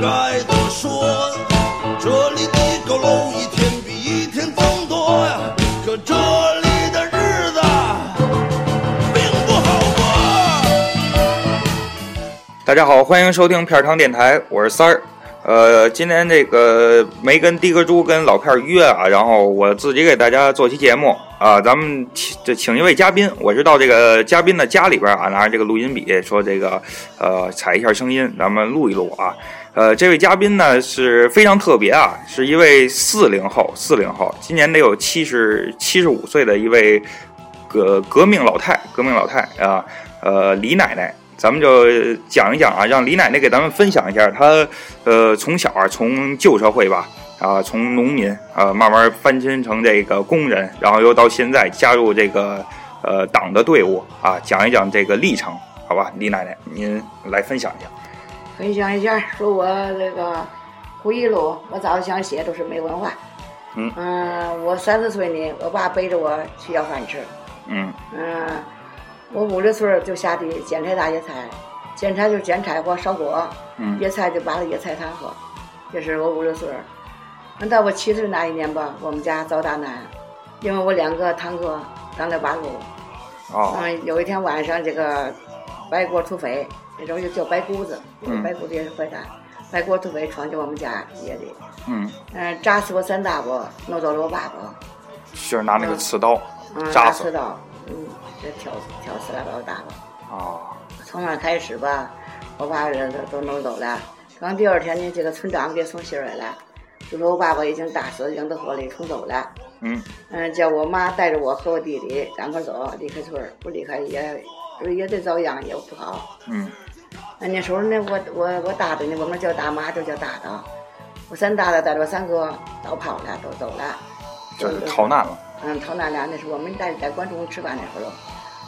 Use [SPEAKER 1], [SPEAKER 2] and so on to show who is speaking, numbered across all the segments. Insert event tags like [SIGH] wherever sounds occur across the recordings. [SPEAKER 1] 该都说，这里的佝偻一天比一天增多呀，可这里的日子并不好过。
[SPEAKER 2] 大家好，欢迎收听片儿汤电台，我是三儿。呃，今天这个没跟的哥猪跟老片儿约啊，然后我自己给大家做期节目啊，咱们请就请一位嘉宾，我是到这个嘉宾的家里边啊，拿着这个录音笔说这个呃采一下声音，咱们录一录啊。呃，这位嘉宾呢是非常特别啊，是一位四零后，四零后，今年得有七十七十五岁的一位革革命老太，革命老太啊，呃，李奶奶，咱们就讲一讲啊，让李奶奶给咱们分享一下她呃从小啊，从旧社会吧啊，从农民啊，慢慢翻身成这个工人，然后又到现在加入这个呃党的队伍啊，讲一讲这个历程，好吧，李奶奶，您来分享一下。
[SPEAKER 3] 分享一下，说我这个回忆录，我早就想写，都是没文化。
[SPEAKER 2] 嗯
[SPEAKER 3] 呃我三四岁呢，我爸背着我去要饭吃。
[SPEAKER 2] 嗯
[SPEAKER 3] 嗯、我五六岁儿就下地捡柴打野菜，捡柴就捡柴火烧火，
[SPEAKER 2] 嗯
[SPEAKER 3] 野菜就拔了野菜汤喝。这是我五六岁儿。那到我七岁那一年吧，我们家遭大难，因为我两个堂哥当了八路。
[SPEAKER 2] 哦
[SPEAKER 3] 嗯，有一天晚上，这个白锅土匪，那时候就叫白姑子，
[SPEAKER 2] 嗯
[SPEAKER 3] 白姑子也是坏蛋，白锅土匪闯进我们家夜里，
[SPEAKER 2] 嗯，
[SPEAKER 3] 嗯、扎死我三大伯，弄走了我爸爸，
[SPEAKER 2] 就是拿那个刺刀
[SPEAKER 3] 嗯，
[SPEAKER 2] 扎
[SPEAKER 3] 大
[SPEAKER 2] 死
[SPEAKER 3] 刺刀，嗯，这挑挑死了把我大伯。
[SPEAKER 2] 啊
[SPEAKER 3] 从那开始吧，我爸人都弄走了。刚第二天呢，这个村长给送信儿来了，就说我爸爸已经打死，扔到河里冲走了。
[SPEAKER 2] 嗯
[SPEAKER 3] 嗯，叫我妈带着我和我弟弟赶快走，离开村儿，不离开也也得遭殃，也不好。
[SPEAKER 2] 嗯
[SPEAKER 3] 啊那那时候呢，我我我大的呢，我们叫大妈，都叫大的。啊我三大的带着我三哥都跑了，都走了。
[SPEAKER 2] 就是逃难了
[SPEAKER 3] 嗯，逃难了。那时候我们在在关中吃饭的时候，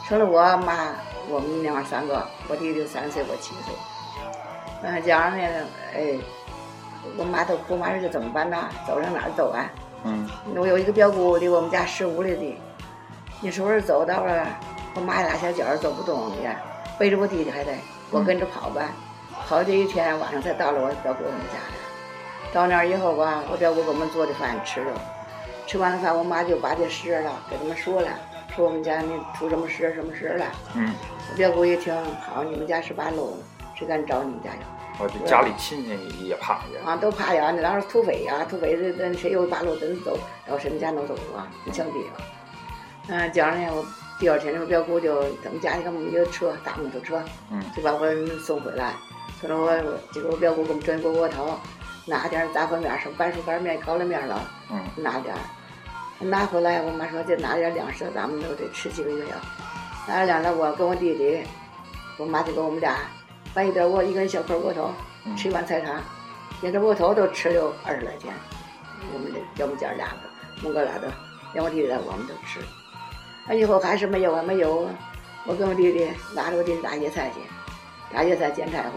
[SPEAKER 3] 除了我妈，我们娘儿三个，我弟弟三岁，我七岁。嗯，讲呢，哎，我妈都哭，妈说这怎么办呢？走上哪儿走啊？
[SPEAKER 2] 嗯
[SPEAKER 3] 我有一个表姑，离我们家十五里地。那时候走到了，我妈俩小脚儿走不动了，背着我弟弟还得，我跟着跑吧。跑这一天晚上才到了我表姑他们家。到那儿以后吧，我表姑给我们做的饭吃了，吃完了饭，我妈就把这事儿了给他们说了，说我们家那出什么事儿什么事儿了。
[SPEAKER 2] 嗯，
[SPEAKER 3] 我表姑一听，好，你们家是八路，谁敢找你们家呀？
[SPEAKER 2] 我这家里亲戚也怕也
[SPEAKER 3] 啊，都怕呀，那当时土匪呀，土匪这这谁有八路真走，然后谁们家能走啊？就枪毙了。嗯，讲着呢，我第二天我表姑就他们家一个一个车大摩托车，
[SPEAKER 2] 嗯
[SPEAKER 3] 就把我送回来。他说我我这个我表姑给我们蒸窝窝头，拿点儿杂烩面儿，什么白薯干面、高粱面了，
[SPEAKER 2] 嗯
[SPEAKER 3] 拿点儿。拿回来，我妈说就拿点儿粮食，咱们都得吃几个月呀。拿了粮了，我跟我弟弟，我妈就给我们俩掰一点窝，一根小块窝头，
[SPEAKER 2] 嗯
[SPEAKER 3] 吃一碗菜汤，连这窝头都吃了二十来天。我们这要么姐儿俩的，我哥俩的，连我弟弟的我们都吃。那以后还是没有啊，没有啊。我跟我弟弟拿着我弟弟打野菜去，打野菜捡柴火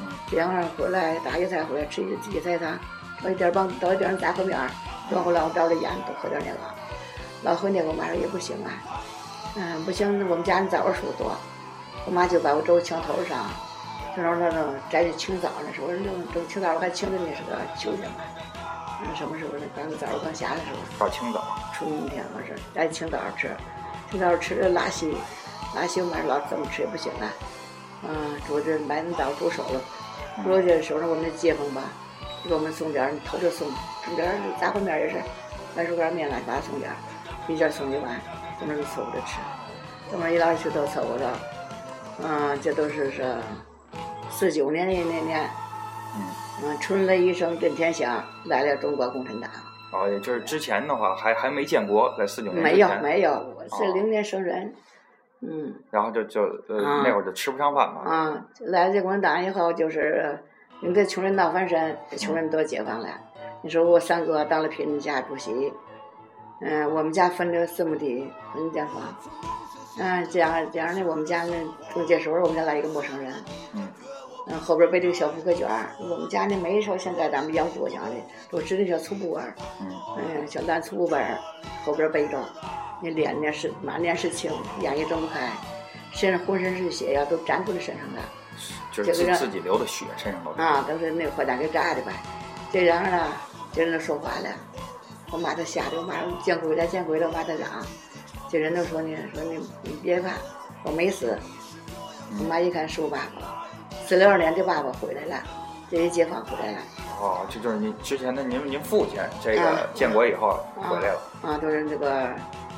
[SPEAKER 2] 嗯，
[SPEAKER 3] 然后回来打野菜回来吃一野菜汤，找一点帮找一点杂烩面儿，然后老找点盐，多喝点那个。老喝那个，我妈说也不行啊，嗯，不行，我们家人枣儿数多，我妈就把我粥青头上，青头上呢摘的青枣那时候，那种青枣我还青的那是个秋天吧，嗯，什么时候呢？刚枣儿刚下的时候，
[SPEAKER 2] 大清早
[SPEAKER 3] 春天我是摘青枣吃，青枣吃了拉稀，拉稀我们老这么吃也不行啊。嗯，煮这买那枣煮熟了，煮了这熟了，我们这街坊吧，就给我们送点儿，头就送，送点儿杂烩面儿也是，白薯干面了，把它送点儿，一家送一碗，这么就凑合着吃，这么一来去都凑合着，嗯，这都是是四九年那那年，
[SPEAKER 2] 嗯。
[SPEAKER 3] 嗯，春雷一声震天响，来了中国共产党。
[SPEAKER 2] 哦，也就是之前的话，还还没建国，在四九年
[SPEAKER 3] 没
[SPEAKER 2] 之
[SPEAKER 3] 有哦
[SPEAKER 2] 前
[SPEAKER 3] 没有，我是零年生人，嗯
[SPEAKER 2] 然后就就呃、
[SPEAKER 3] 啊
[SPEAKER 2] 那会儿就吃不上饭嘛。
[SPEAKER 3] 啊，来这共产党以后就是，你跟穷人闹翻身，穷人都解放了。你说我三哥当了贫民家主席，嗯、我们家分了四亩地，分间房，嗯、讲讲呢，我们家呢中介时候我们家来一个陌生人，
[SPEAKER 2] 嗯
[SPEAKER 3] 嗯，后边背这个小复合卷儿，我们家呢没说现在咱们洋桌讲的，都织那小粗布儿，
[SPEAKER 2] 嗯
[SPEAKER 3] 嗯，小蓝粗本儿，后边背着，那脸呢是满脸是青，眼也睁不开，身上浑身是血呀，都粘在身上了。
[SPEAKER 2] 就是
[SPEAKER 3] 这个
[SPEAKER 2] 自
[SPEAKER 3] 让
[SPEAKER 2] 自己流的血，身上流的。
[SPEAKER 3] 啊，都是那火大给炸的吧。这然后呢，这人都说话了，我妈都吓得，我妈说见鬼了，见鬼了，我妈都嚷。这人都说呢，说你你别怕，我没死。我妈一看是我爸爸，十六年的爸爸回来了，这一解放回来了，
[SPEAKER 2] 哦，这就是您之前的您您父亲，这
[SPEAKER 3] 啊
[SPEAKER 2] 个建国以后回来了。
[SPEAKER 3] 啊，都是这个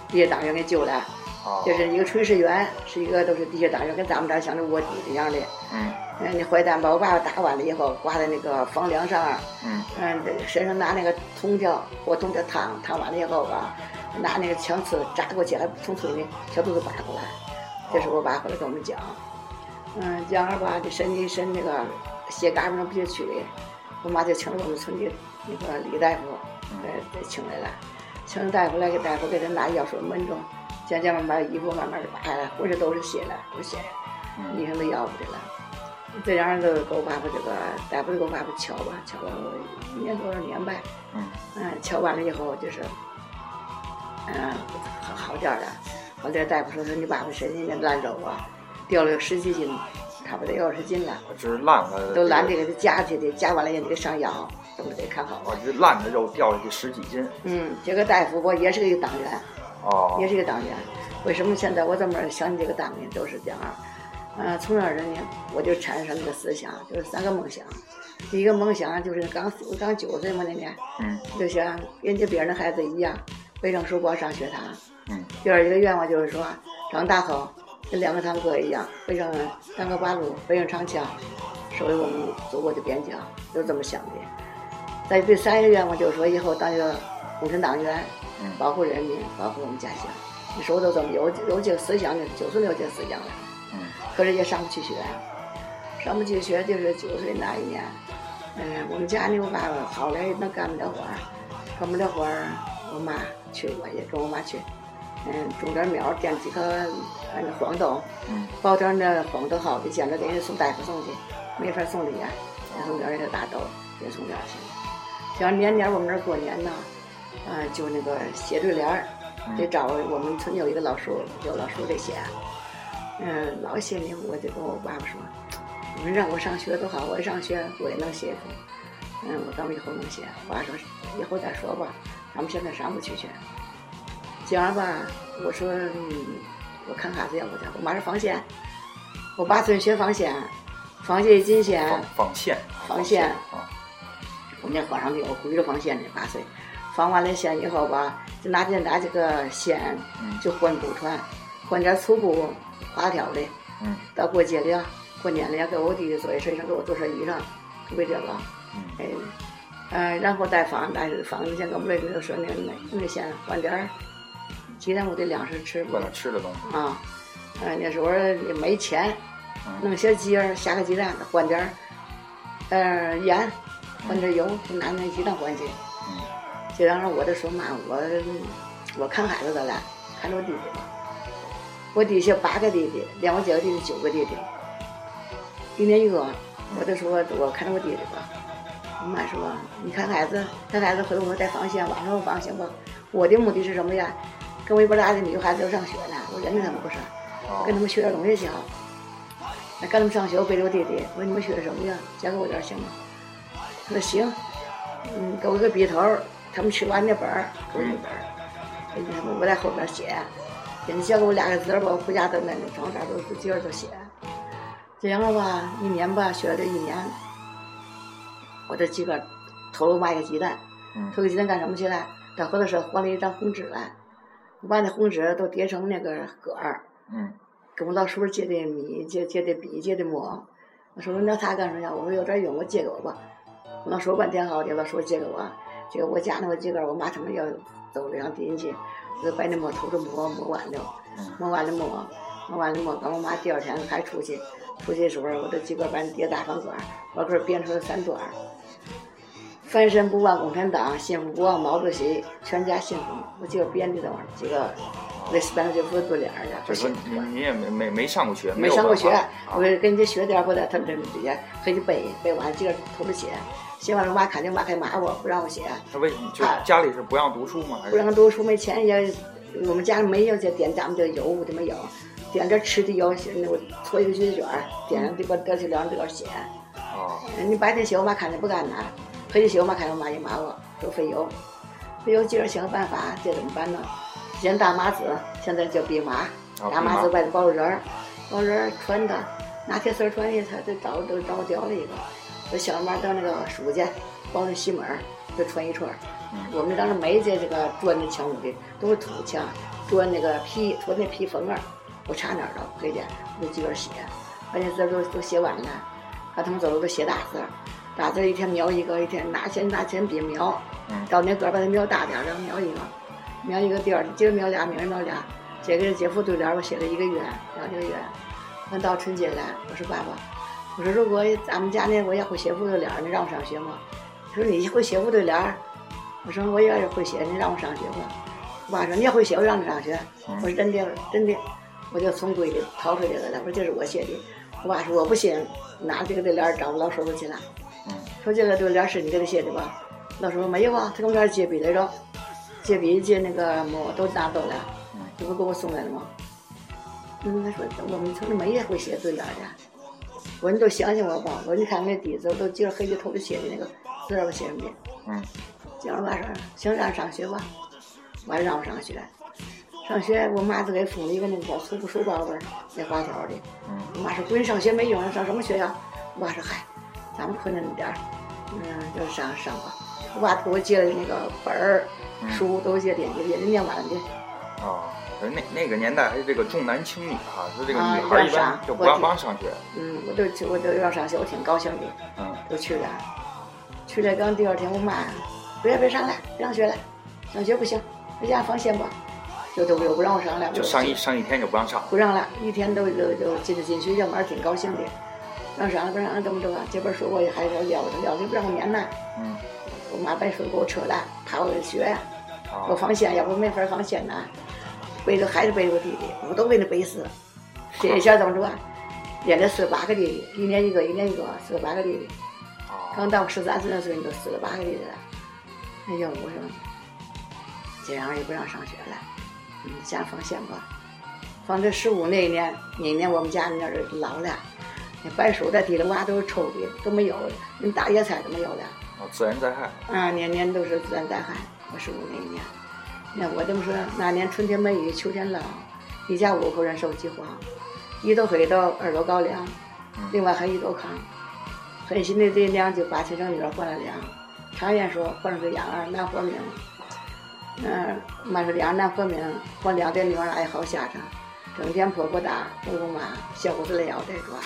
[SPEAKER 3] 地下党员给救了。
[SPEAKER 2] 哦，
[SPEAKER 3] 就是一个炊事员，是一个都是地下党员，跟咱们这儿像是卧底一样的。
[SPEAKER 2] 嗯
[SPEAKER 3] 嗯，你坏蛋把我爸爸打完了以后，挂在那个房梁上啊，
[SPEAKER 2] 嗯
[SPEAKER 3] 嗯，身上拿那个铜条，火铜条烫，烫完了以后啊，拿那个枪刺扎过去了，从腿里小肚子拔过来。这是我爸回来跟我们讲，嗯，讲了吧，这身体身那个呃血嘎巴上不就去了，我妈就请了我们村里那个李大夫，呃，给请来了，请了大夫来给大夫给他拿药水闷中，渐渐慢慢衣服慢慢的扒下来，浑身都是血了，都是血，
[SPEAKER 2] 嗯
[SPEAKER 3] 医生都要不得了。这样都给我爸爸这个大夫给我爸爸瞧吧，瞧了一年多少年吧，
[SPEAKER 2] 嗯
[SPEAKER 3] 嗯，瞧完了以后就是，嗯，好好点儿了。后来大夫说说你爸爸神经也烂肉啊，掉了有十几斤，差不多有二十斤了，
[SPEAKER 2] 我就是烂了，
[SPEAKER 3] 都懒得给他夹去的，夹完了也得上药，都得给看好
[SPEAKER 2] 我
[SPEAKER 3] 了。
[SPEAKER 2] 这烂的肉掉下去十几斤。
[SPEAKER 3] 嗯，这个大夫吧也是个党员，
[SPEAKER 2] 哦
[SPEAKER 3] 也，是个党员。为什么现在我这么想起这个党员都是这样？呃，从小人呢，我就产生一个思想，就是三个梦想。第一个梦想就是刚我刚九岁嘛那年，
[SPEAKER 2] 嗯
[SPEAKER 3] 就像人家别人的孩子一样，背上书包上学堂。
[SPEAKER 2] 嗯
[SPEAKER 3] 第二一个愿望就是说，长大后跟两个堂哥一样，背上三个八路，背上长枪，守卫我们祖国的边疆，就这么想的。再第三个愿望就是说，以后当一个共产党员，
[SPEAKER 2] 嗯
[SPEAKER 3] 保护人民，保护我们家乡。你说都这么有有这个思想的，九岁有这个思想了，
[SPEAKER 2] 嗯
[SPEAKER 3] 可是也上不去学，啊上不去学就是九岁那一年，嗯，我们家那我爸爸好来那干不了活儿，干不了活儿，我妈去，我也跟我妈去，嗯，种点苗，点几颗嗯黄豆，
[SPEAKER 2] 嗯，
[SPEAKER 3] 包点那黄豆好的，捡着给人送大夫送去，没法送礼啊，再送点那个大豆，也送点去。像年年我们这儿过年呢，啊、就那个写对联儿，得找我们村有一个老叔，有老叔得写，嗯，老写呢，我就跟我爸爸说，你们让我上学多好，我一上学我也能写一口，嗯，我咱们以后能写。我爸说以后再说吧，咱们现在上不去去。今儿吧，我说、嗯、我看孩子要不要，我妈说防线，我八岁学防线，防线一金线，
[SPEAKER 2] 纺纺线，
[SPEAKER 3] 纺线
[SPEAKER 2] 啊，
[SPEAKER 3] 我们那皇上给我鼓着防线呢，八岁，防完了线以后吧，就拿这拿这个线
[SPEAKER 2] 嗯
[SPEAKER 3] 就换布穿，换点粗布花条的。
[SPEAKER 2] 嗯
[SPEAKER 3] 到过节了呀，过年了呀，给我弟弟做一身上，给我做身衣裳，为这个，
[SPEAKER 2] 嗯
[SPEAKER 3] 哎，呃，然后再放在放子先给我们那个说那那那先换点儿，鸡蛋我得粮食吃
[SPEAKER 2] 换
[SPEAKER 3] 吧
[SPEAKER 2] 点吃的东西。
[SPEAKER 3] 啊，呃，那时候也没钱，
[SPEAKER 2] 嗯
[SPEAKER 3] 弄些鸡儿下个鸡蛋换点儿，呃，盐，换点儿油，就拿那鸡蛋换去。
[SPEAKER 2] 嗯
[SPEAKER 3] 就当时我就说嘛，我我看孩子的了，看着我弟弟了。我底下八个弟弟，连我姐个弟弟九个弟弟，一年一个。我就说我看着我弟弟吧。我妈说你看孩子，看孩子回头我带放心，晚上我放心吧。我的目的是什么呀？跟我一边大的女孩子都上学呢，我忍着他们不是，
[SPEAKER 2] 啊
[SPEAKER 3] 我跟他们学点东西去好。啊那跟他们上学，我背着我弟弟，我说你们学的什么呀？教给我点儿行吗？他说行，嗯，给我个笔头儿，他们吃完那本儿，给我一本儿，给他们我在后边写，人家教给我俩个字儿吧，我回家都那那床上都都接着都写，这样了吧，一年吧，学了这一年，我这几个投了卖个鸡蛋，
[SPEAKER 2] 嗯
[SPEAKER 3] 投个鸡蛋干什么去了？到合作社换了一张红纸来，我把那红纸都叠成那个格儿，
[SPEAKER 2] 嗯
[SPEAKER 3] 跟我老叔借的米，借借的笔，借的墨。我说那他干什么呀？我说有点用，我借给我吧。我老叔半天好，我老叔借给我，结果我家那我自个儿，我妈他们要走两地去，我就把那墨头着磨磨完了，
[SPEAKER 2] 嗯
[SPEAKER 3] 磨完了磨，磨完了磨，跟我妈第二天还出去，出去的时候我这几个班叠大方卷儿，我给儿编出了三段儿。翻身不忘共产党，幸福不忘毛主席，全家幸福。我就编的这玩意儿，几个那班上就不对联儿的。
[SPEAKER 2] 就是说你你也没没没上过学，
[SPEAKER 3] 没
[SPEAKER 2] 有啊
[SPEAKER 3] 上过
[SPEAKER 2] 办
[SPEAKER 3] 学
[SPEAKER 2] 法，
[SPEAKER 3] 我跟人家学点儿不得，他们这底下回去背背完，接着偷着写，写完了我妈肯定妈还骂我，不让我写，
[SPEAKER 2] 那为什么就是家里是不让读书吗？还
[SPEAKER 3] 啊不
[SPEAKER 2] 是
[SPEAKER 3] 让读书，没钱也，我们家里没有这点，咱们就有我就没有，点着吃的要那个搓一个血卷儿，点上这个得去凉得了血。
[SPEAKER 2] 啊，
[SPEAKER 3] 你白天学我妈看的不干呐，黑天学我妈看我妈也骂我，说费油，费油今儿想个办法，这怎么办呢？以前大麻子，现在叫蓖麻，
[SPEAKER 2] 啊
[SPEAKER 3] 大麻子外头包仁儿，包仁儿穿的，拿铁丝儿穿的，他就找就找我叼了一个，我小妈当那个暑去，包那西门儿，就穿一串儿。我们当时没这这个钻那枪武的，都是土枪，钻那个皮，钻那皮缝儿，我差哪儿了？回去我就自个儿写，关键字儿都都写完了，看他们走路都写大字儿，大字儿一天描一个，一天拿钱拿钱笔描
[SPEAKER 2] 嗯，
[SPEAKER 3] 到那格儿把它描大点儿，然后描一个，描一个地儿，今儿描俩，明儿描俩，这个姐夫对联儿我写了一个月，两个月，那到春节来，我说爸爸，我说如果咱们家那我要会写副对联儿，你让我上学吗？他说你会写副对联儿。我说我要是会写，你让我上学吧。我爸说你要会写，我让你上学。我说真的真的，我就从柜里掏出这个来，我说这是我写的。我爸说我不信，拿这个对联儿找老师傅去了。说这个对联儿是你给他写的吧？老师傅没有啊，他跟我这儿借笔来着，借笔借那个墨都拿走了，这不给我送来了吗？嗯，他说我们村里没人会写对联儿的。我说你都想想我吧，我说你看那底子，我都今儿黑着头就写的那个字儿，我写上的。
[SPEAKER 2] 嗯
[SPEAKER 3] 今儿晚上行，让上学吧，完让我上学。上学，我妈就给封了一个那个书书包呗，那花条的。我妈说：“闺女上学没用，上什么学呀？”我爸说：“嗨，咱们困难点儿，嗯，就上上吧。”我爸给我借了那个本儿、书，都借点也是念完的。
[SPEAKER 2] 啊，那那个年代还是这个重男轻女哈，说这个
[SPEAKER 3] 啊
[SPEAKER 2] 女孩一般
[SPEAKER 3] 不让上
[SPEAKER 2] 就不让
[SPEAKER 3] 我
[SPEAKER 2] 帮上学，
[SPEAKER 3] 嗯，我就去，我就要上学，我挺高兴的。
[SPEAKER 2] 嗯
[SPEAKER 3] 我去了，去了刚第二天，我妈别别上了，别上学了，上学不行，回家房闲吧，就都不让我上了，
[SPEAKER 2] 就上一上一天就不让上，
[SPEAKER 3] 不让了，一天都都都进得进去，要么挺高兴的。让啥了不让了这么着啊？这本书我也还要撂着撂着，不让我念呢。
[SPEAKER 2] 嗯
[SPEAKER 3] 我妈把书给我扯了，怕我学呀、
[SPEAKER 2] 啊
[SPEAKER 3] 我防线要不没法防线呐，背着还是背着我弟弟，我都给他背死。这一下怎么着啊？连着四十八个弟弟，一年一个，一年一个，四十八个弟弟。
[SPEAKER 2] 啊
[SPEAKER 3] 刚到十三、十四岁，你都死了八个弟弟了。哎呦，我说，这样也不让上学了，嗯，家放县吧。放这十五那一年，那一年我们家那儿老了，那白薯的、地里娃都是抽的，都没有了，连大叶菜都没有了。
[SPEAKER 2] 啊，自然灾害，
[SPEAKER 3] 啊，年年都是自然灾害。我十五那一年，那我这么说，那年春天没雨，秋天冷，一家五口人受饥荒，一头黑豆，二头高粱，另外还一头糠。狠心的这娘就把亲生女儿换了粮。常言说，换水养儿难活命。嗯，满是粮难活命，换两个女儿爱好下场，整天婆婆打，公公骂，小姑子来要带抓。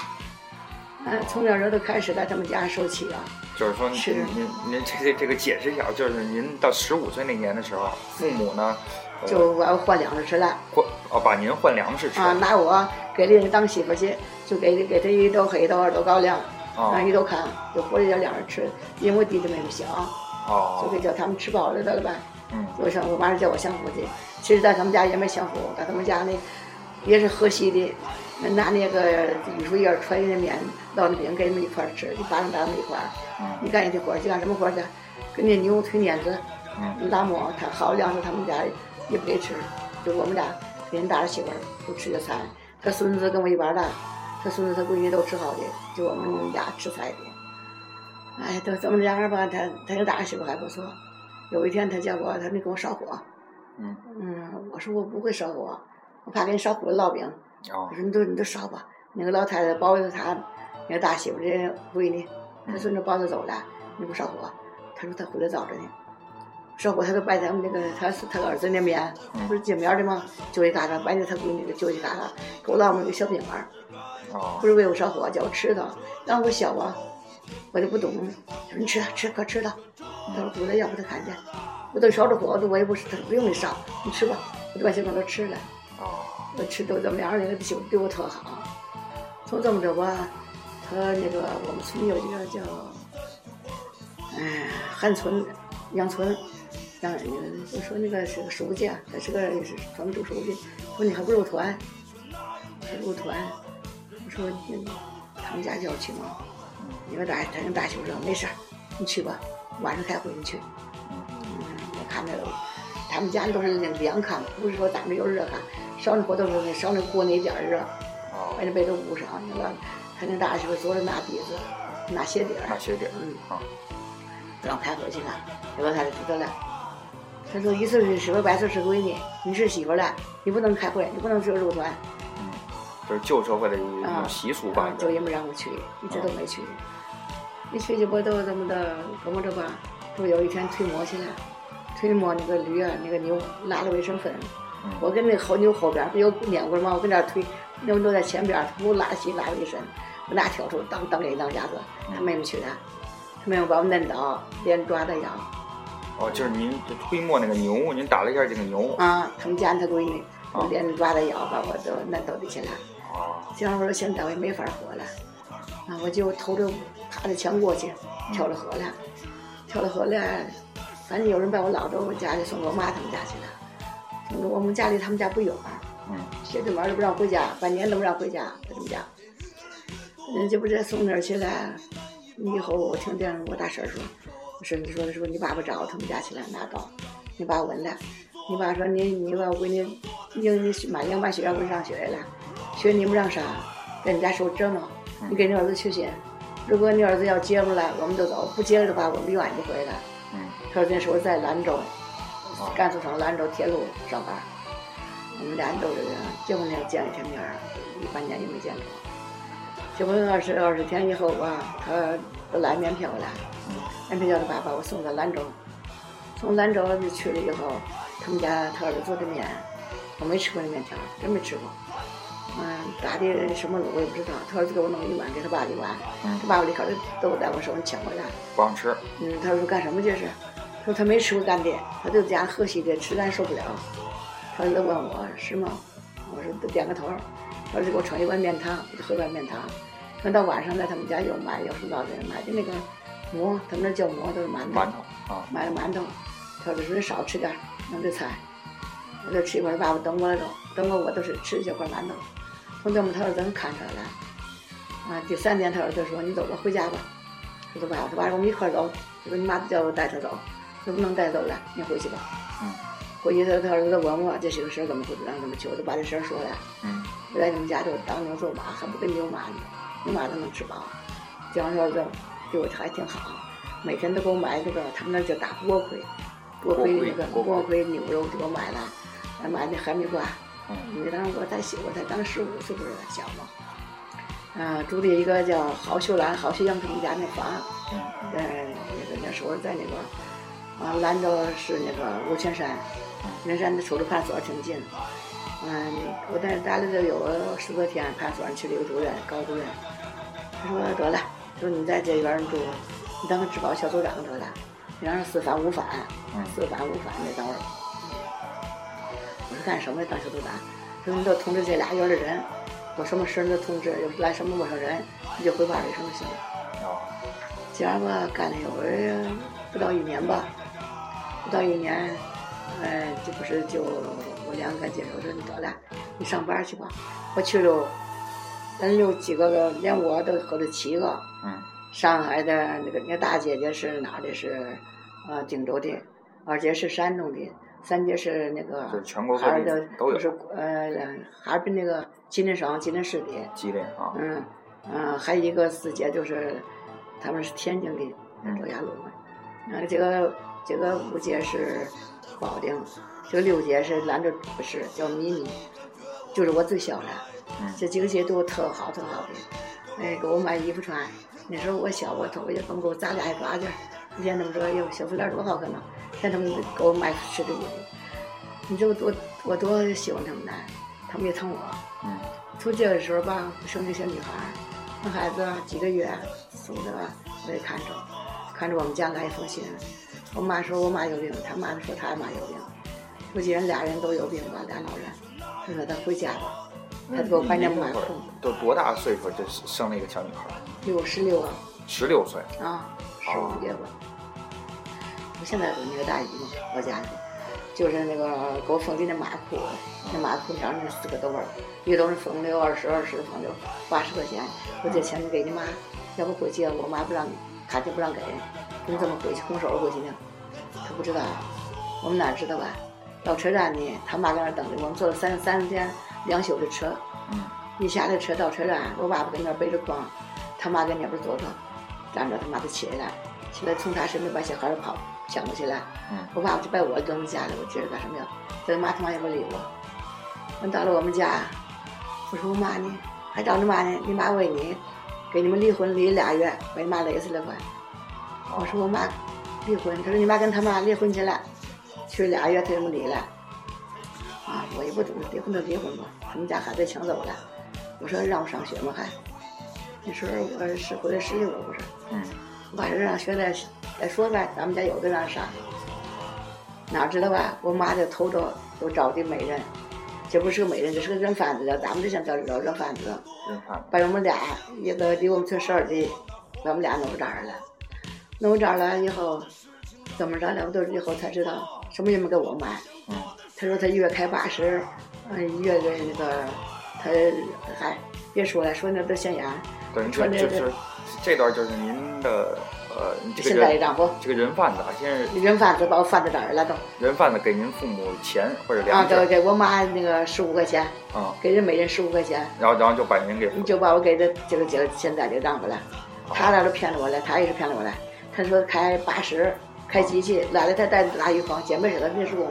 [SPEAKER 3] 嗯，从小人都开始在他们家受气啊。
[SPEAKER 2] 就是说您
[SPEAKER 3] 是
[SPEAKER 2] 您您这这这个解释一下，就是您到十五岁那年的时候，父母呢，呃
[SPEAKER 3] 就我要换粮食吃了
[SPEAKER 2] 换哦把您换粮食吃
[SPEAKER 3] [LAUGHS] 啊，拿我给人当媳妇儿去，就给给他一兜黑豆二兜高粱，
[SPEAKER 2] 哦
[SPEAKER 3] 啊一兜糠，就活着叫两人吃，因为我弟弟妹妹小，就
[SPEAKER 2] 哦
[SPEAKER 3] 给叫他们吃饱了得了呗。
[SPEAKER 2] 嗯
[SPEAKER 3] 我想我妈是叫我享福去，其实在他们家也没享福，在他们家呢也是河西的，拿那个榆树叶儿揣那面烙那饼给他们一块儿吃，一巴掌打他们一块儿。
[SPEAKER 2] 嗯
[SPEAKER 3] 你干一的活儿去干什么活儿去？跟那牛推碾子。
[SPEAKER 2] 嗯
[SPEAKER 3] 拉馍，他好粮食他们家也不给吃，就我们俩连大着媳妇儿都吃这菜。他孙子跟我一般大，他孙子他闺女都吃好的，就我们俩吃菜的。哎，都怎么样吧？他他这大着媳妇儿还不错。有一天他叫我，他没给我烧火，
[SPEAKER 2] 嗯
[SPEAKER 3] 嗯，我说我不会烧火，我怕给你烧糊了烙饼。
[SPEAKER 2] 哦
[SPEAKER 3] 我说你都你都烧吧，那个老太太包着她那个大媳妇这闺女，她孙子抱着走了，你不烧火？她说她回来早着呢，烧火她都拜咱们那个她她儿子那边，不是见面的吗？就一疙瘩，白着她闺女给就一疙瘩，给我烙那个小饼干，
[SPEAKER 2] 哦
[SPEAKER 3] 不是为我烧火，叫我吃的，让我小啊，我就不懂，说你吃吃可吃了，她说回来要不她看见，我都烧着火，我也不是，她说不用你烧，你吃吧，我就把小饼干吃了。
[SPEAKER 2] 哦
[SPEAKER 3] 我吃都怎么样的，媳妇对我特好。从这么着吧，他那个我们村有一个叫，哎，汉村杨村，杨那个我说那个是个书记啊，他是个是咱们组书记，说你还不入团，还入团，我说嗯他们家叫我去吗？你说大他跟大媳妇说没事儿，你去吧，晚上开会你去。嗯，我看着他们家都是那个凉炕，不是说咱们有热炕，烧那活豆腐，烧那锅那一点儿热，把
[SPEAKER 2] 哦，
[SPEAKER 3] 那被都捂上，那老他那大媳妇昨着拿底子，拿鞋底
[SPEAKER 2] 那
[SPEAKER 3] 儿，
[SPEAKER 2] 学点
[SPEAKER 3] 嗯，
[SPEAKER 2] 啊，
[SPEAKER 3] 让我开回去呢，这老太太知道了。她说：“一岁是媳妇儿，百岁是闺女。你是媳妇儿了，你不能开会，你不能只有入团。
[SPEAKER 2] 嗯，就是旧社会的一种习俗吧
[SPEAKER 3] 啊，，九爷没让我去，一直都没去。一去就不都这么的琢磨着吧，不有一天推磨去了，推磨那个驴啊，那个牛拉了卫生粉，
[SPEAKER 2] 嗯
[SPEAKER 3] 我跟那个猴牛后边儿不有碾过吗？我跟那儿推，牛牛在前边儿，呼拉稀拉了一身，我拿笤帚当当给当鸭子，他妹妹去的，他妹妹把我摁倒，连抓带咬
[SPEAKER 2] 哦，就是您就推磨那个牛，您打了一下这个牛，
[SPEAKER 3] 啊，他们家那闺女，我
[SPEAKER 2] 哦
[SPEAKER 3] 连抓带咬把我都摁到地下了。
[SPEAKER 2] 啊，
[SPEAKER 3] 这样我说现在我也没法活了，啊，我就头着趴着墙过去，跳了河了，跳了河了，反正有人把我老着我家里送我妈他们家去了，送到我们家里他们家不远，
[SPEAKER 2] 嗯，
[SPEAKER 3] 谁这玩意儿都不让回家，半年都不让回家，在他们家，人家不是送那儿去了，以后我听见我大婶儿说，我婶子说说你爸爸找他们家去了，拿刀，你爸闻了，你爸说你你把我闺女，英你满两满血要不上学了，学你们让啥，在你家受折磨，你给你儿子去写，如果你儿子要接过来，我们就走，不接的话，我们永远不回来。
[SPEAKER 2] 嗯，
[SPEAKER 3] 他说那时候在兰州，甘肃省兰州铁路上班，我们兰州的人结婚了见一天面儿，一半年也没见过。结婚二十二十天以后吧，他都来面票了，面票叫他爸把我送到兰州，从兰州就去了以后，他们家他儿子做的面，我没吃过那面条，真没吃过。嗯，打的什么卤我也不知道，他儿子给我弄一碗，给他爸一碗，他爸立刻都在我手上抢过来。
[SPEAKER 2] 不让吃，
[SPEAKER 3] 嗯，他说干什么这是？他说他没吃过干的，他就家喝稀的，吃咱受不了。他就问我是吗？我说点个头儿。他说给我盛一碗面汤，我就喝碗面汤。那到晚上在他们家有买，有什么老人买的那个馍，他们那叫馍都是馒头
[SPEAKER 2] 馒，头啊，
[SPEAKER 3] 买了馒头。他说说少吃点儿，弄点菜。我就吃一块儿，爸爸等我了都，等我我都是吃一小块馒头。从这么他儿子能看出来了，啊，第三天他儿子说你走吧，回家吧。我说爸，他爸我们一块儿走。他说你妈不叫我带他走，我说不能带走了，你回去吧。
[SPEAKER 2] 嗯
[SPEAKER 3] 回去他他儿子问我这是个事儿，怎么回事，让怎么去，我就把这事儿说了。
[SPEAKER 2] 嗯，
[SPEAKER 3] 我在你们家就当牛做马，还不跟牛马呢，牛马都能吃饱。这样说这对我还挺好，每天都给我买那个他们那叫大锅盔，锅盔那个
[SPEAKER 2] 锅盔
[SPEAKER 3] 锅盔牛肉都给我买了，还买那哈密瓜。
[SPEAKER 2] 嗯
[SPEAKER 3] 你当时我才小，我才当十五岁不是小嘛。啊，住的一个叫郝秀兰、郝秀英他们家那房，
[SPEAKER 2] 嗯
[SPEAKER 3] 呃，那个那时候在那个啊兰州是那个五泉山，五泉山的出了派出所挺近。嗯，我在待了就有个十多天，派出所去了一个主任，高主任，他说得了，他说你在这园儿住，你当个治保小组长得了，你让人四反五反
[SPEAKER 2] 嗯，
[SPEAKER 3] 四反五反那等会儿。我说干什么呀？当小组长？他说你都通知这俩园儿的人，有什么事儿你就通知，有来什么陌生人你就汇报一声就行了。
[SPEAKER 2] 啊，
[SPEAKER 3] 这样吧，干了有呃不到一年吧，不到一年，呃，这不是就我两个姐我说你得了，你上班去吧。我去了，咱有几个个，连我都合了七个。
[SPEAKER 2] 嗯
[SPEAKER 3] 上海的那个那大姐姐是哪儿的？是呃锦州的，二姐啊是山东的，三姐是那个
[SPEAKER 2] 就是全国各
[SPEAKER 3] 哈尔
[SPEAKER 2] 地
[SPEAKER 3] 的，
[SPEAKER 2] 都有
[SPEAKER 3] 就是呃哈尔滨那个吉林省吉林市的。
[SPEAKER 2] 吉林啊，
[SPEAKER 3] 嗯，嗯，还有一个四姐就是，他们是天津的
[SPEAKER 2] 嗯
[SPEAKER 3] 周家路嘛，然后这个这个五姐是保定，这个六姐是兰州不是叫米妮，就是我最小的，
[SPEAKER 2] 嗯
[SPEAKER 3] 这几个姐对我特好特好的，哎，给我买衣服穿。那时候我小，我头发也光够，咱俩还抓劲儿。你见他们说，哎呦，小腹脸多好看呐！看他们给我买吃的衣服，你知道我多我多喜欢他们呢，他们也疼我。
[SPEAKER 2] 嗯
[SPEAKER 3] 从这个时候吧，生这小女孩儿，那孩子几个月，送的我也看着，看着我们家来一封信。我妈说我妈有病，她妈说她妈有病，我姐俩人都有病吧，俩老人。她说她回家吧，她给我搬家
[SPEAKER 2] 那
[SPEAKER 3] 买
[SPEAKER 2] 会
[SPEAKER 3] 空，
[SPEAKER 2] 儿都多大岁数就生了一个小女孩？
[SPEAKER 3] 六十六啊
[SPEAKER 2] 十六岁，
[SPEAKER 3] 啊，十五月吧。我现在有那个大姨嘛，我家里就是那个给我缝的那马裤，那马裤条那四个兜儿，一个兜是缝六二十，二十缝六八十块钱，我这钱给你妈，要不回去我妈不让，卡就不让给，你怎么回去空手回去呢？她不知道，我们哪知道啊？到车站呢，他妈在那儿等着，我们坐了三三天两宿的车，
[SPEAKER 2] 嗯
[SPEAKER 3] 一下了车到车站，我爸爸跟那儿背着筐，他妈跟那边坐着，站着他妈的起来，起来从他身边把小孩儿跑抢过去了，
[SPEAKER 2] 嗯
[SPEAKER 3] 我爸爸就把我扔家里，我接着干什么呀？他妈他妈也不理我。等到了我们家，我说我妈呢，还找你妈呢，你妈为你给你们离婚离俩月，把你妈累死了快。我说我妈离婚，他说你妈跟他妈离婚去了，去俩月他就没离了。啊，我也不懂，离婚就离婚吧，他们家孩子抢走了。我说让我上学吗还？那时候我是回来十六了，不是。
[SPEAKER 2] 嗯
[SPEAKER 3] 我把这让学再再说呗，咱们家有的让上。哪知道吧？我妈就偷着又找的美人，这不是个美人，这是个人贩子的。咱们这想找找人贩子，
[SPEAKER 2] 真看
[SPEAKER 3] 把我们俩一个离我们村十二里，把我们俩弄这儿了。弄这儿了以后，怎么着了？我都以后才知道什么也没给我买。
[SPEAKER 2] 嗯
[SPEAKER 3] 他说他一月开八十，嗯，一月的那个，他还别说了，说那都显眼。
[SPEAKER 2] 等于说
[SPEAKER 3] 穿
[SPEAKER 2] 就
[SPEAKER 3] 这
[SPEAKER 2] 就是
[SPEAKER 3] 个
[SPEAKER 2] 这段就是您的呃你这
[SPEAKER 3] 现
[SPEAKER 2] 个
[SPEAKER 3] 在
[SPEAKER 2] 人
[SPEAKER 3] 让不？
[SPEAKER 2] 这个人贩子啊，先是
[SPEAKER 3] 人贩子把我贩到这儿了都。
[SPEAKER 2] 人贩子给您父母钱或者
[SPEAKER 3] 啊，
[SPEAKER 2] 粮食
[SPEAKER 3] 给给我妈那个十五块钱，
[SPEAKER 2] 啊，
[SPEAKER 3] 给人每人十五块钱，
[SPEAKER 2] 然后然后就把您给
[SPEAKER 3] 你就把我给的这个这个现在就让过来，他那都骗了我了，他也是骗了我了。他说开八十，开机器，来了他带拉鱼筐，姐妹是个临时工，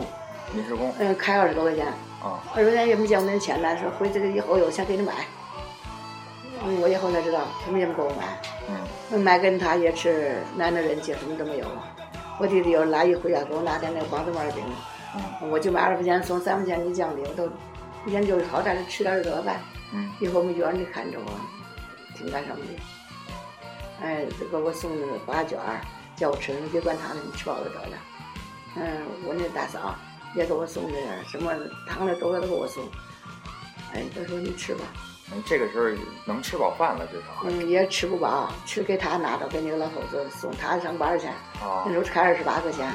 [SPEAKER 2] 临时工
[SPEAKER 3] 嗯，开二十多块钱，
[SPEAKER 2] 啊，
[SPEAKER 3] 二十块钱也没见我们钱呢，说回去以后有钱给你买。嗯，我以后才知道什么也没给我买，
[SPEAKER 2] 嗯
[SPEAKER 3] 那买跟他也吃，男的人家什么都没有了。我弟弟有来一回啊，给我拿点那个王子丸饼。
[SPEAKER 2] 嗯
[SPEAKER 3] 我就买二十块钱送三块钱的酱油，都一天就是好歹的吃点儿得呗。
[SPEAKER 2] 嗯
[SPEAKER 3] 以后我们园里看着我，挺干什么的。哎，这个我送那个八卷儿，叫我吃，你别管他了，你吃饱了得了。嗯，我那大嫂也给我送那点儿什么糖了、粥了都给我送。哎，她说你吃吧，
[SPEAKER 2] 嗯，这个时候能吃饱饭了至少
[SPEAKER 3] 嗯，也吃不饱，吃给他拿着，给那个老头子送他上班去。
[SPEAKER 2] 啊
[SPEAKER 3] 那时候才二十八块钱，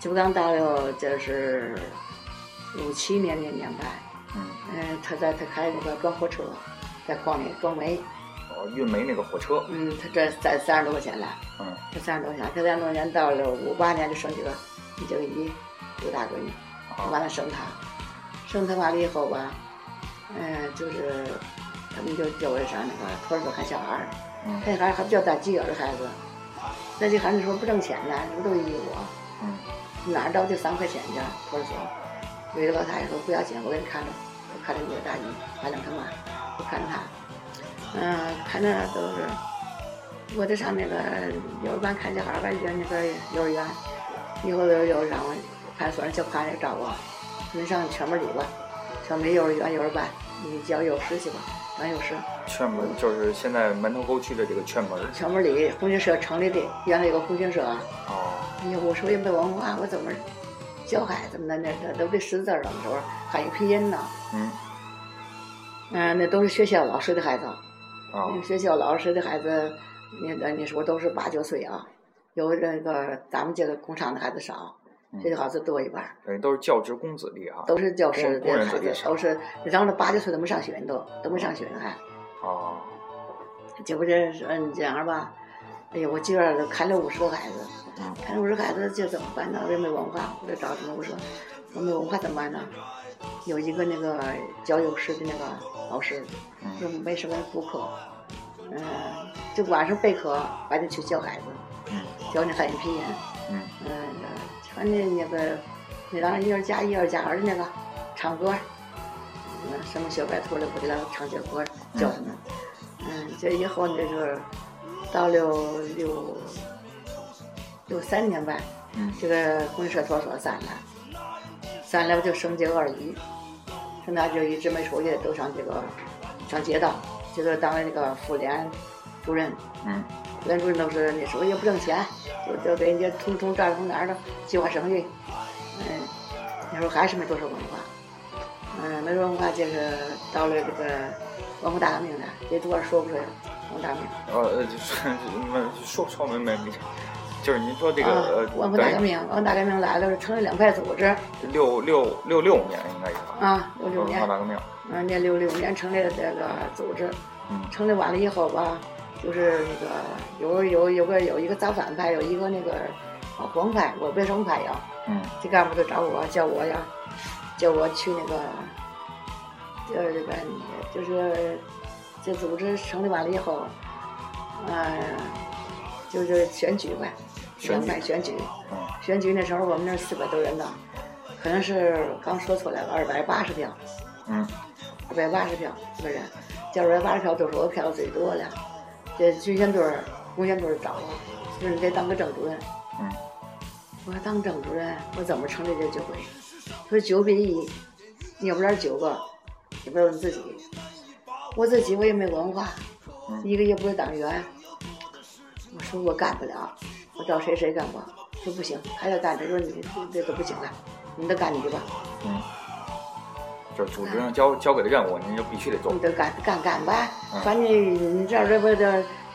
[SPEAKER 3] 这不刚到了，这是五七年那年代，
[SPEAKER 2] 嗯
[SPEAKER 3] 嗯，他在他开那个装货车，在矿里装煤，
[SPEAKER 2] 哦运煤那个火车
[SPEAKER 3] 嗯，他这攒三十多块钱了，
[SPEAKER 2] 嗯
[SPEAKER 3] 他三十多块钱，他三十多块钱到了五八年就生这个一九一我大闺女，完
[SPEAKER 2] 啊
[SPEAKER 3] 了生她，生她完了以后吧，嗯，就是他们就叫我上那个托儿所看小孩儿，
[SPEAKER 2] 嗯
[SPEAKER 3] 看小孩儿还不叫打鸡眼儿的孩子，那这孩子说不挣钱呢，什么都依我。
[SPEAKER 2] 嗯
[SPEAKER 3] 哪儿着就三块钱去，托儿所。有一个老太太说不要紧，我给你看着，我看着你的大姨，看着他妈，我看着她，嗯、看着都是，我就上那个幼儿班看小孩儿吧，就那个幼儿园，以后有有让我派出所就派人找我，你上全班里吧，上没幼儿园幼儿班，你教幼师去吧，当幼师。
[SPEAKER 2] 劝门就是现在门头沟区的这个劝门
[SPEAKER 3] 全班里红军社成立的，原来有个红军社啊，
[SPEAKER 2] 哦
[SPEAKER 3] 哎呀，我说也没文化，我怎么教孩子们呢？那那都得识字儿了，那时候汉语拼音呢。
[SPEAKER 2] 嗯
[SPEAKER 3] 嗯、那都是学校老师的孩子，
[SPEAKER 2] 啊
[SPEAKER 3] 那学校老师的孩子，你那你说都是八九岁啊，有这个咱们这个工厂的孩子少，
[SPEAKER 2] 嗯
[SPEAKER 3] 这个孩子多一半儿，
[SPEAKER 2] 等于都是教职工啊子弟哈
[SPEAKER 3] 都是教师
[SPEAKER 2] 工
[SPEAKER 3] 的
[SPEAKER 2] 人
[SPEAKER 3] 孩
[SPEAKER 2] 子弟
[SPEAKER 3] 子，
[SPEAKER 2] 少
[SPEAKER 3] 都是然后八九岁都没上学呢，都都没上学呢还。
[SPEAKER 2] 啊
[SPEAKER 3] 这不这是嗯这样吧？哎呀，我今儿看了五十个孩子，
[SPEAKER 2] 嗯
[SPEAKER 3] 看了五十个孩子，这怎么办呢？我也没文化，我就找他们我说，我没文化怎么办呢？有一个那个教幼师的那个老师，就
[SPEAKER 2] 嗯
[SPEAKER 3] 没什么补课，嗯、就晚上备课，白天去教孩子，
[SPEAKER 2] 嗯
[SPEAKER 3] 教那汉语拼音，
[SPEAKER 2] 嗯
[SPEAKER 3] 嗯、穿的那个呃那当一二加一二加二的那个唱歌，嗯，什么小白兔了，我给他唱些歌教他们。嗯，这以后呢就是到六六六三年吧，
[SPEAKER 2] 嗯
[SPEAKER 3] 这个公社托所散了，散了我就升这个二姨，升大就一直没出去，都上这个上街道，这个当那个妇联主任。
[SPEAKER 2] 嗯
[SPEAKER 3] 原主任都是那时候也不挣钱，就就给人家从从这儿从哪儿的计划生育，嗯，那时候还是没多少文化，嗯，没多少文化就是到了这个文化大革命的，这多少说不出来了，文化大革命。
[SPEAKER 2] 呃就是你们说说没没没，就是您说这个
[SPEAKER 3] 啊
[SPEAKER 2] 呃，
[SPEAKER 3] 文化大革
[SPEAKER 2] 等于
[SPEAKER 3] 命，文化大革命来了，成立两派组织
[SPEAKER 2] 六六六六年应该有
[SPEAKER 3] 啊，六六
[SPEAKER 2] 文
[SPEAKER 3] 年
[SPEAKER 2] 化，大革命
[SPEAKER 3] 嗯，那六六年成立的这个组织，
[SPEAKER 2] 嗯
[SPEAKER 3] 成立完了以后吧，就是那个有有有个有一个造反派，有一个那个我不用拍，我为什么拍呀？
[SPEAKER 2] 嗯
[SPEAKER 3] 这干部就找我，叫我呀，叫我去那个，就是这个，就是这组织成立完了以后，呃，就是选举呗，
[SPEAKER 2] 选
[SPEAKER 3] 两
[SPEAKER 2] 举
[SPEAKER 3] 百选举，
[SPEAKER 2] 嗯
[SPEAKER 3] 选举那时候我们那四百多人呢，可能是刚说错了，二百八十票，
[SPEAKER 2] 嗯
[SPEAKER 3] 二百八十票一个人，这二百八十票都是我票最多了，这军宣队儿、工宣队儿找我，说你得当个正主任。
[SPEAKER 2] 嗯
[SPEAKER 3] 我说当正主任，我怎么成立这酒会？说九比一，你们这儿九个，你问问自己。我自己我也没文化，
[SPEAKER 2] 嗯
[SPEAKER 3] 一个月不是党员。我说我干不了，我找谁谁干我。说不行，还得干。他说你这这都不行了，你得干你的吧，
[SPEAKER 2] 嗯，就是组织上交交给的任务，您就必须得做
[SPEAKER 3] 你。得干干干吧
[SPEAKER 2] 嗯。
[SPEAKER 3] 反正你这儿这不这